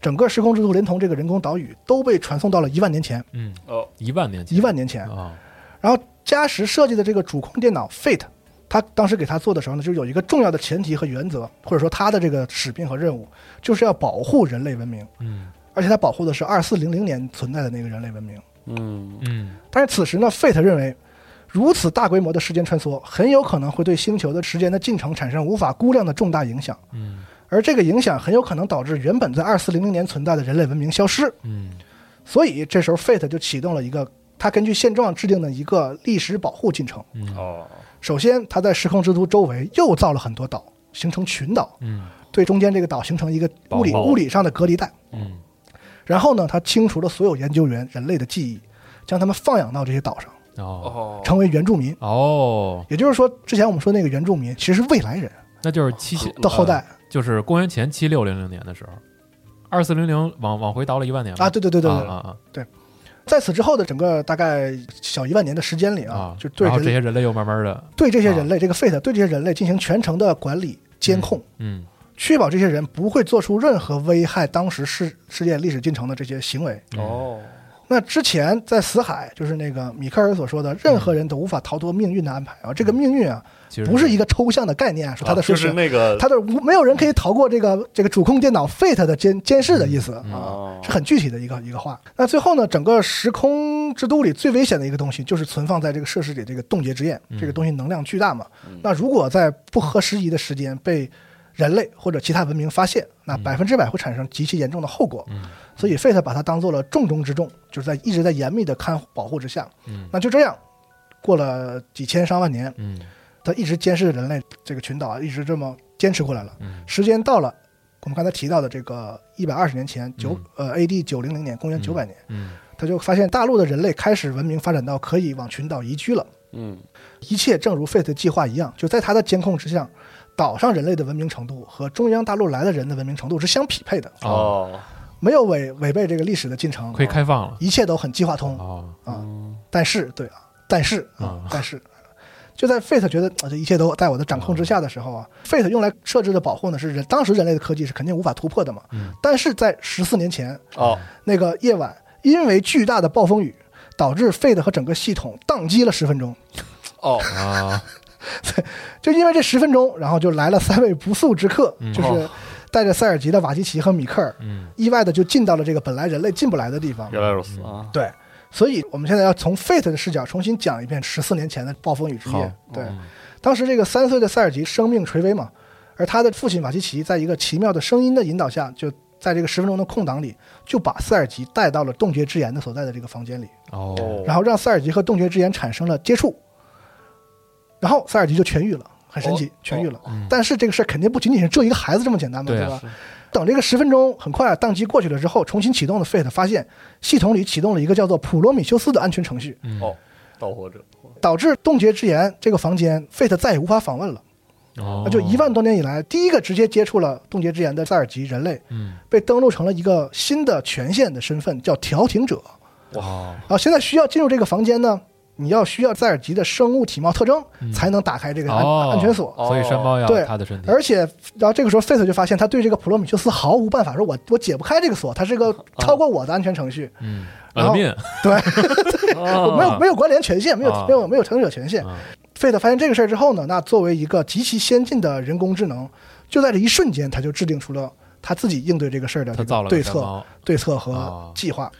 D: 整个时空之都连同这个人工岛屿都被传送到了一万年前。
C: 嗯
B: 哦
C: 一万年前
D: 一万年前。
C: 啊
D: 然后嘉实设计的这个主控电脑 Fate，他当时给他做的时候呢，就有一个重要的前提和原则，或者说他的这个使命和任务，就是要保护人类文明，
C: 嗯
D: 而且他保护的是二四零零年存在的那个人类文明。
B: 嗯，
C: 嗯
D: 但是此时呢，Fate 认为。如此大规模的时间穿梭，很有可能会对星球的时间的进程产生无法估量的重大影响，
C: 嗯
D: 而这个影响很有可能导致原本在二四零零年存在的人类文明消失。
C: 嗯
D: 所以这时候 Fate 就启动了一个他根据现状制定的一个历史保护进程。
C: 嗯
B: 哦，
D: 首先，他在时空之都周围又造了很多岛，形成群岛，
C: 嗯
D: 对中间这个岛形成一个物理
B: 保护
D: 物理上的隔离带。
C: 嗯
D: 然后呢，他清除了所有研究员人类的记忆，将他们放养到这些岛上，
C: 哦
B: 哦，
D: 成为原住民。
C: 哦，
D: 也就是说，之前我们说那个原住民其实是未来人
C: 那就是七七呃
D: 的后
C: 啊
D: 代
C: 就是公元前七六零零年的时候，二四零零往往回倒了一万年吧
D: 啊，对对对对对。
C: 啊啊
D: 在此之后的整个大概小一万年的时间里
C: 啊
D: 啊
C: 啊，
D: 就对
C: 然后这
D: 人
C: 些人类又慢慢的
D: 对这些
C: 啊
D: 人类这个 Fate 对这些人类进行全程的管理监控，
C: 嗯
D: 确保这些人不会做出任何危害当时世世界历史进程的这些行为。
B: 哦，
D: 那之前在死海，就是那个米克尔所说的，任何人都无法逃脱命运的安排啊。这个命运啊，
C: 其实
D: 不是一个抽象的概念啊，说他的
B: 啊就
D: 事
B: 是
D: 情，
B: 那个
D: 他的无没有人可以逃过这个这个主控电脑 Fate 的监监视的意思啊
B: 哦，
D: 是很具体的一个一个话。那最后呢，整个时空之都里最危险的一个东西，就是存放在这个设施里这个冻结之
B: 嗯
D: 焰，这个东西能量巨大嘛。那如果在不合时宜的时间被人类或者其他文明发现，那
B: 嗯
D: 百分之百会产生极其严重的后果。所以 Fate 把它当做了重中之重，就是在一直在严密的看护保护之下。
C: 嗯
D: 那就这样，过了几千上万年，
C: 嗯
D: 他一直监视人类这个群岛，啊一直这么坚持过来了。
C: 嗯
D: 时间到了，我们刚才提到的这个一百二十年前九、呃 AD 九零零年，公元九百年，
C: 嗯
D: 他就发现大陆的人类开始文明发展到可以往群岛移居了。
B: 嗯，
D: 一切正如 Fate 计划一样，就在他的监控之下，岛上人类的文明程度和中央大陆来的人的文明程度是相匹配的，
B: 哦，
D: 没有违违背这个历史的进程，
C: 啊可以开放了
D: 一切都很计划通。
C: 哦
D: 啊，但是对啊，但是啊
C: 啊，
D: 但是就在 Fate 觉得啊这一切都在我的掌控之下的时候啊，Fate 用来设置的保护呢是人当时人类的科技是肯定无法突破的嘛。
C: 嗯
D: 但是在十四年前
B: 哦，
D: 那个夜晚，因为巨大的暴风雨。导致 Fate 和整个系统宕机了十分钟，
B: 哦，
C: 啊
D: 就因为这十分钟，然后就来了三位不速之客，就是带着塞尔吉的瓦基奇和米克尔，
C: 哦嗯
D: 意外的就进到了这个本来人类进不来的地方。
B: 原来如此啊，
D: 对，所以我们现在要从 Fate 的视角重新讲一遍十四年前的暴风雨之夜
C: 好。
D: 对，当时这个三岁的塞尔吉生命垂危嘛，而他的父亲瓦基奇在一个奇妙的声音的引导下，就在这个十分钟的空档里，就把塞尔吉带到了冻结之眼的所在的这个房间里，
C: 哦
B: 哦，
D: 然后让塞尔吉和冻结之眼产生了接触，然后塞尔吉就痊愈了。很神奇
B: 哦，
D: 痊愈了。
C: 嗯
D: 但是这个事儿肯定不仅仅是只有一个孩子这么简单嘛，
C: 对啊
D: 吧？等这个十分钟，很快宕机过去了之后，重新启动的 Fate 发现系统里启动了一个叫做普罗米修斯的安全程序，
C: 嗯
B: 哦，盗火者，
D: 导致冻结之眼这个房间 Fate 再也无法访问了。
C: 哦
D: 那啊就一万多年以来，第一个直接接触了冻结之眼的塞尔吉人类，
C: 嗯
D: 被登录成了一个新的权限的身份，叫调停者。
C: 哇
D: 然后现在需要进入这个房间呢，你要需要塞尔吉的生物体貌特征才能打开这个安、
C: 嗯哦
D: 安全锁。
C: 所以山包要
D: 对
C: 他的身体
D: 而且，然后这个时候 Fate 就发现他对这个普罗米修斯毫无办法，说我我解不开这个锁，它
C: (laughs)
D: 是个
C: 啊
D: 超过我的安全程序，
C: 嗯
D: 然后
C: 呃面
D: 对，
B: 哦
D: 没有没有关联权限，没有、
C: 啊
D: 没有没有承认者权限。
C: 啊
D: Fate 发现这个事儿之后呢，那作为一个极其先进的人工智能，就在这一瞬间，他就制定出了他自己应对啊这个事儿的
C: 他
D: 这
C: 造
D: 个
C: 了
D: 对
C: 个
D: 策、哎
C: 毛，
D: 对策和
C: 哦
D: 计划。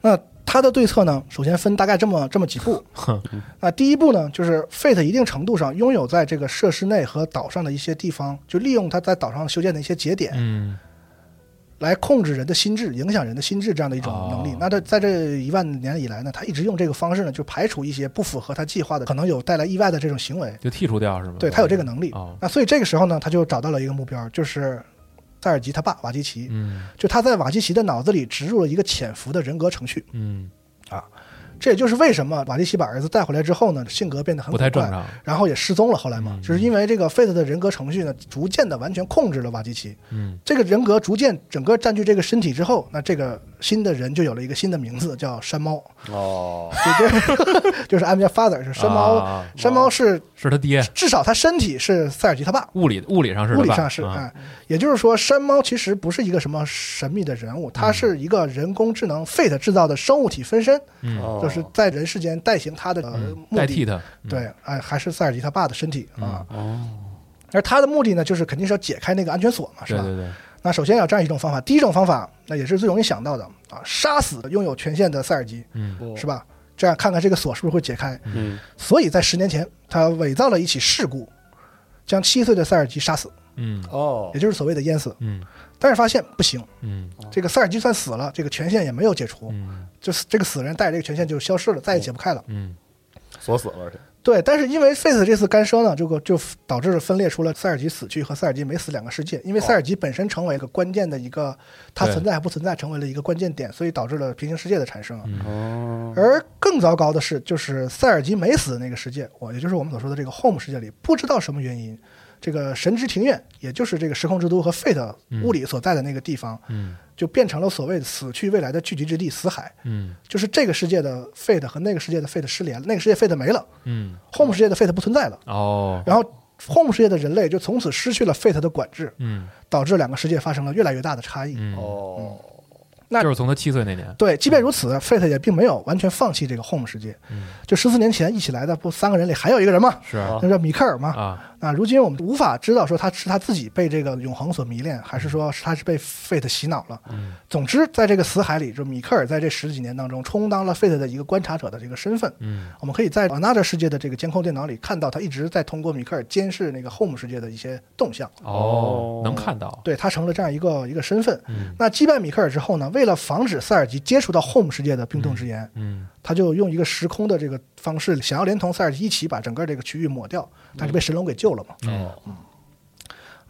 D: 那他的对策呢，首先分大概这么这么几步。
C: (laughs) 哼，
D: 那第一步呢，就是 Fate 一定程度上拥有在这个设施内和岛上的一些地方，就利用他在岛上修建的一些节点，
C: 嗯，
D: 来控制人的心智、影响人的心智这样的一种能力。
C: 哦
D: 那这在这一万年以来呢，他一直用这个方式呢，就排除一些不符合他计划的、可能有带来意外的这种行为。
C: 就剔除掉是吗？
D: 对他有这个能力。
C: 哦，
D: 那所以这个时候呢，他就找到了一个目标，就是塞尔吉他爸瓦基奇。
C: 嗯
D: 就他在瓦基奇的脑子里植入了一个潜伏的人格程序，
C: 嗯，
D: 这也就是为什么瓦基奇把儿子带回来之后呢，性格变得很
C: 不太
D: 古
C: 正
D: 怪
C: 常，嗯
D: 然后也失踪了。后来嘛，就是因为这个 Fate 的人格程序呢，逐渐的完全控制了瓦基奇。
C: 嗯，
D: 这个人格逐渐整个占据这个身体之后，那这个新的人就有了一个新的名字，叫山猫，
B: 哦，
D: 就就 (laughs) 就是 I'm your father，是山猫。
C: 啊
D: 山猫是
C: 是他爹，
D: 至少他身体是塞尔吉他爸，
C: 物理物理上是他
D: 物理
C: 爸
D: 上是
C: 啊
D: 哎，也就是说，山猫其实不是一个什么神秘的人物，它是一个人工智能 Fate 制造的生物体分身，
B: 哦
C: 嗯
D: 就是在人世间代行它的呃
C: 嗯，
D: 目
C: 代
D: 的
C: 替。他，嗯，哦
D: 对，哎，还是塞尔吉他爸的身体啊。而他的目的呢，就是肯定是要解开那个安全锁嘛，是
C: 对
D: 吧？
C: 对对，
D: 那首先要这样一种方法，第一种方法，那也是最容易想到的啊，杀死拥有权限的塞尔吉，
C: 嗯
D: 是吧？这样看看这个锁是不是会解开。
B: 嗯，
D: 所以在十年前，他伪造了一起事故，将七岁的塞尔吉杀死，
C: 嗯
E: 哦
D: 也就是所谓的淹死。
C: 嗯
D: 但是发现不行，
C: 嗯
D: 这个塞尔吉算死了，这个权限也没有解除，
C: 嗯
D: 就是这个死人带着这个权限就消失了，再也解不开了。
C: 嗯，
E: 锁死了，而且
D: 对，但是因为 Fate 这次干涉呢，这个就导致了分裂出了塞尔吉死去和塞尔吉没死两个世界。因为塞尔吉本身成为一个关键的一个，它
C: 对
D: 存在还不存在成为了一个关键点，所以导致了平行世界的产生。啊
C: 嗯
D: 而更糟糕的是，就是塞尔吉没死的那个世界，我也就是我们所说的这个 Home 世界里，不知道什么原因，这个神之庭院，也就是这个时空之都和 Fate 物理所在的那个地方，
C: 嗯
D: 就变成了所谓死去未来的聚集之地——死海。
C: 嗯
D: 就是这个世界的 Fate 和那个世界的 Fate 失联了，那个世界 Fate 没了。
C: 嗯，
D: Home 世界的 Fate 不存在了，
C: 哦，
D: 然后 Home 世界的人类就从此失去了 Fate 的管制，
C: 嗯
D: 导致两个世界发生了越来越大的差异。
C: 嗯，
E: 哦，
D: 那
C: 就是从他七岁那年，
D: 对，即便如此，Fate 也并没有完全放弃这个 Home 世界。就十四年前一起来的不三个人里还有一个人嘛，
C: 嗯是啊
D: 那叫米克尔嘛。
C: 啊，
D: 啊，如今我们无法知道说他是他自己被这个永恒所迷恋，还是说是他是被 Fate 洗脑了。
C: 嗯
D: 总之，在这个死海里，就米克尔在这十几年当中充当了 Fate 的一个观察者的这个身份。
C: 嗯，
D: 我们可以在 Another 世界的这个监控电脑里看到，他一直在通过米克尔监视那个 Home 世界的一些动向。
C: 哦，能看到，
D: 对他成了这样一个一个身份。
C: 嗯
D: 那击败米克尔之后呢，为了防止塞尔吉接触到 Home 世界的冰冻之炎，
C: 嗯
D: 他就用一个时空的这个方式，想要连同塞尔吉一起把整个这个区域抹掉，但是被神龙给救了嘛。嗯
C: 哦，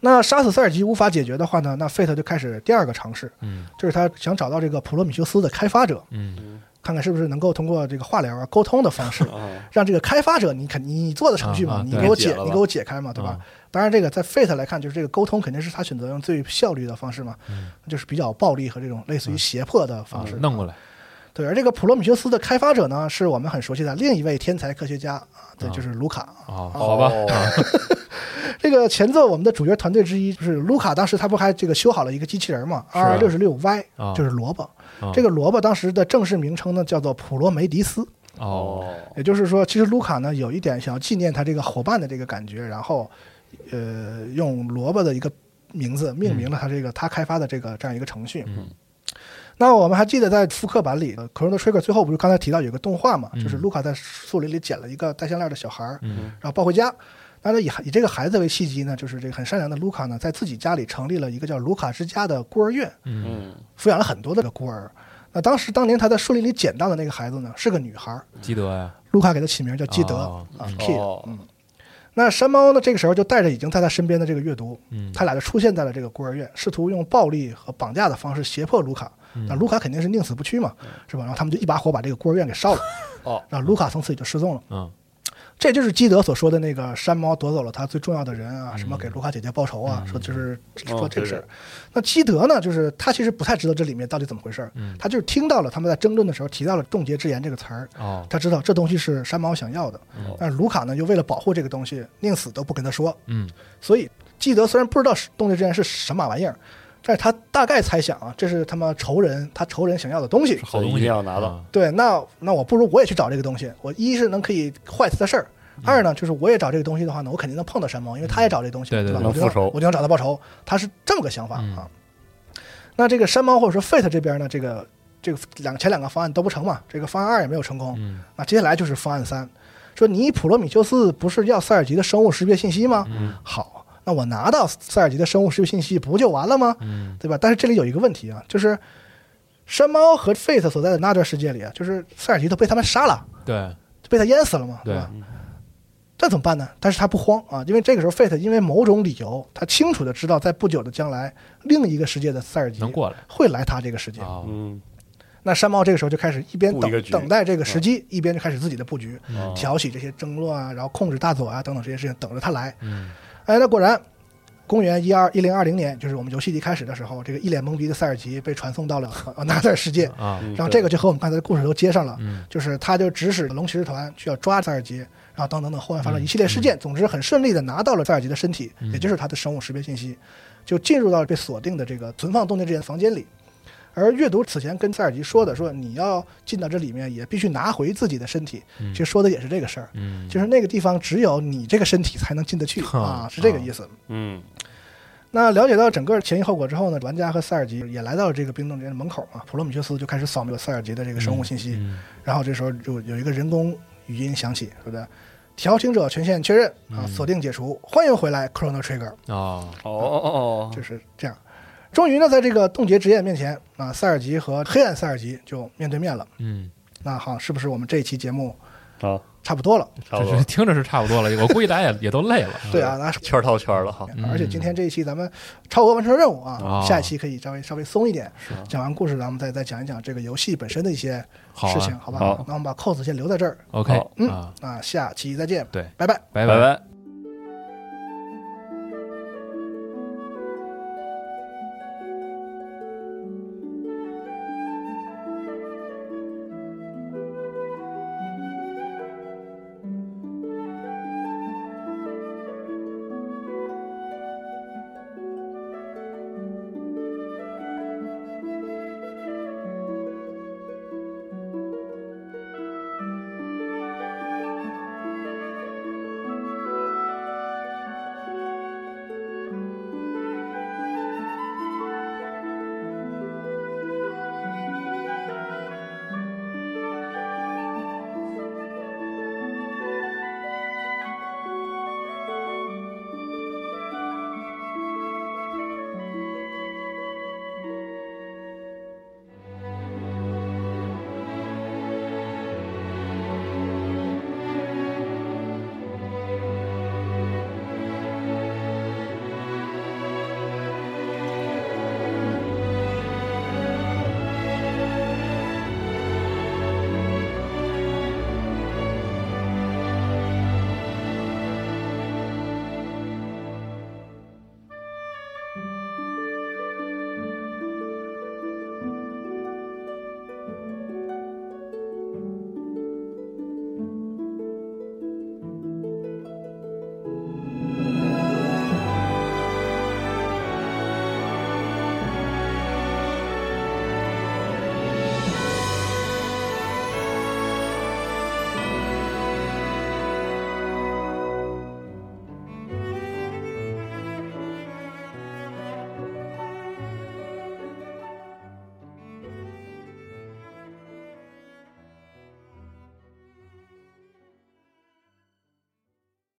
D: 那杀死塞尔吉无法解决的话呢，那 Fate 就开始第二个尝试，
C: 嗯
D: 就是他想找到这个普罗米修斯的开发者，
C: 嗯
D: 看看是不是能够通过这个化疗啊沟通的方式，让这个开发者你肯你做的程序嘛，
C: 啊啊
D: 你
C: 对啊
D: 给我
E: 解
D: 解
E: 了吧
D: 你给我解开嘛，对吧？当然，这个在 Fate 来看，就是这个沟通肯定是他选择用最效率的方式嘛，
C: 嗯
D: 就是比较暴力和这种类似于胁迫的
C: 啊
D: 方式。
C: 弄过来，
D: 对，而这个普罗米修斯的开发者呢，是我们很熟悉的另一位天才科学家啊，对，就是卢卡。啊
C: 哦，好吧，
D: 这个前作我们的主角团队之一就是卢卡，当时他不还这个修好了一个机器人嘛，R 六十六 Y，
C: 啊
D: 就是萝卜。
C: 啊
D: 这个萝卜当时的正式名称呢叫做普罗梅迪斯，
C: 哦，
D: (laughs) 也就是说，其实卢卡呢有一点想要纪念他这个伙伴的这个感觉，然后，呃，用萝卜的一个名字命名了他这个、他开发的这个这样一个程序。嗯那我们还记得在复刻版里，呃《Chrono Trigger》最后不是刚才提到有一个动画嘛，就是卢卡在树林里捡了一个带项链的小孩儿，然后抱回家。那就以以这个孩子为契机呢，就是这个很善良的卢卡呢，在自己家里成立了一个叫卢卡之家的孤儿院，
C: 嗯，
D: 抚养了很多的孤儿。那当时当年他在树林里捡到的那个孩子呢，是个女孩儿，
C: 基德呀，
D: 卢卡给他起名叫基德、
C: 哦
D: 啊，Kid。
E: 哦
D: 嗯，那山猫呢，这个时候就带着已经在他身边的这个阅读，
C: 嗯
D: 他俩就出现在了这个孤儿院，试图用暴力和绑架的方式胁迫卢卡。那卢卡肯定是宁死不屈嘛，是吧？然后他们就一把火把这个孤儿院给烧了，
E: 哦，
D: 然后卢卡从此也就失踪了。
C: 嗯
D: 这就是基德所说的那个山猫夺走了他最重要的人啊，什么给卢卡姐姐报仇啊，说就是说这个事儿。那基德呢，就是他其实不太知道这里面到底怎么回事儿，他就是听到了他们在争论的时候提到了“冻结之炎”这个词儿，
C: 哦
D: 他知道这东西是山猫想要的，但是卢卡呢，又为了保护这个东西，宁死都不跟他说。
C: 嗯，
D: 所以基德虽然不知道是冻结之炎是什么玩意儿，但是他大概猜想啊，这是他妈仇人，他仇人想要的东西。
C: 好
E: 所以
C: 东
E: 一
C: 西
E: 定要拿到
C: 啊
D: 对，那那我不如我也去找这个东西，我一是能可以坏他的事儿，二呢，就是我也找这个东西的话呢，我肯定能碰到山猫，因为他也找这东西，
C: 对对
D: 吧？
C: 对嗯
D: 我就
B: 能复仇
D: 我就能找他报仇，他是这么个想法啊。那这个山猫或者说 Fate 这边呢，这个这个两前两个方案都不成嘛，这个方案二也没有成功，
C: 嗯
D: 那接下来就是方案三，说你普罗米修斯不是要塞尔吉的生物识别信息吗？
C: 嗯
D: 好，那我拿到塞尔吉的生物识别信息不就完了吗？
C: 嗯
D: 对吧？但是这里有一个问题啊，就是山猫和 Fate 所在的那段世界里啊，就是塞尔吉都被他们杀了，
C: 对
D: 被他淹死了嘛，
C: 对
D: 吧？这怎么办呢？但是他不慌啊，因为这个时候 Fate 因为某种理由，他清楚的知道在不久的将来，另一个世界的塞尔吉
C: 能过来
D: 会来他这个世界。
C: 啊，
B: 嗯，
D: 那山猫这个时候就开始一边
B: 布一个
D: 等
B: 局
D: 等待这个时
C: 嗯
D: 机，一边就开始自己的布局，
B: 哦
D: 挑起这些争论啊，然后控制大佐啊等等这些事情，等着他来。
C: 嗯
D: 哎，那果然，公元一二一零二零年，就是我们游戏一开始的时候，这个一脸懵逼的塞尔吉被传送到了呃纳粹
C: (laughs)
D: 世界，
C: 啊，
B: 嗯
D: 然后这个就和我们刚才的故事都接上了，
C: 嗯
D: 就是他就指使龙骑士团去要抓塞尔吉，然后等等等，后面发
C: 嗯
D: 生一系列事件，总之很顺利的拿到了塞尔吉的身体，也就是他的生物识别信息，就进入到被锁定的这个存放动静之眼房间里。而阅读此前跟塞尔吉说的，说你要进到这里面也必须拿回自己的身体，其实说的也是这个事儿，
C: 嗯
D: 就是那个地方只有你这个身体才能进得去
C: 哼
D: 啊，是这个意思。
B: 嗯
D: 那了解到整个前因后果之后呢，玩家和塞尔吉也来到了这个冰冻之眼的门口嘛，普罗米修斯就开始扫描塞尔吉的这个生物信息，
C: 嗯
D: 然后这时候就有一个人工语音响起，说的调停者权限确认
C: 嗯
D: 啊，锁定解除，欢迎回来，Chrono Trigger，
C: 哦，
B: 哦哦哦，
D: 就是这样。终于呢，在这个冻结之眼面前啊，塞尔吉和黑暗塞尔吉就面对面了。
C: 嗯，
D: 那好，是不是我们这一期节目
B: 好，
D: 差不多了？
B: 差不
C: 这
B: 多
C: 是 (laughs) 听着是差不多了，我估计大家也也都累了，
D: 对啊，那是
B: 圈儿套圈儿了哈。
D: 而且今天这一期咱们超额完成任务啊，
C: 嗯哦
D: 下一期可以稍微稍微松一点。讲完故事，咱们再再讲一讲这个游戏本身的一些
C: 好啊
D: 事情，好吧？
B: 好
D: 那我们把扣子先留在这儿
C: ，OK
B: 好
D: 嗯
C: 啊，
D: 啊，下期再见，
C: 对
D: 拜拜。
C: 拜
B: 拜拜。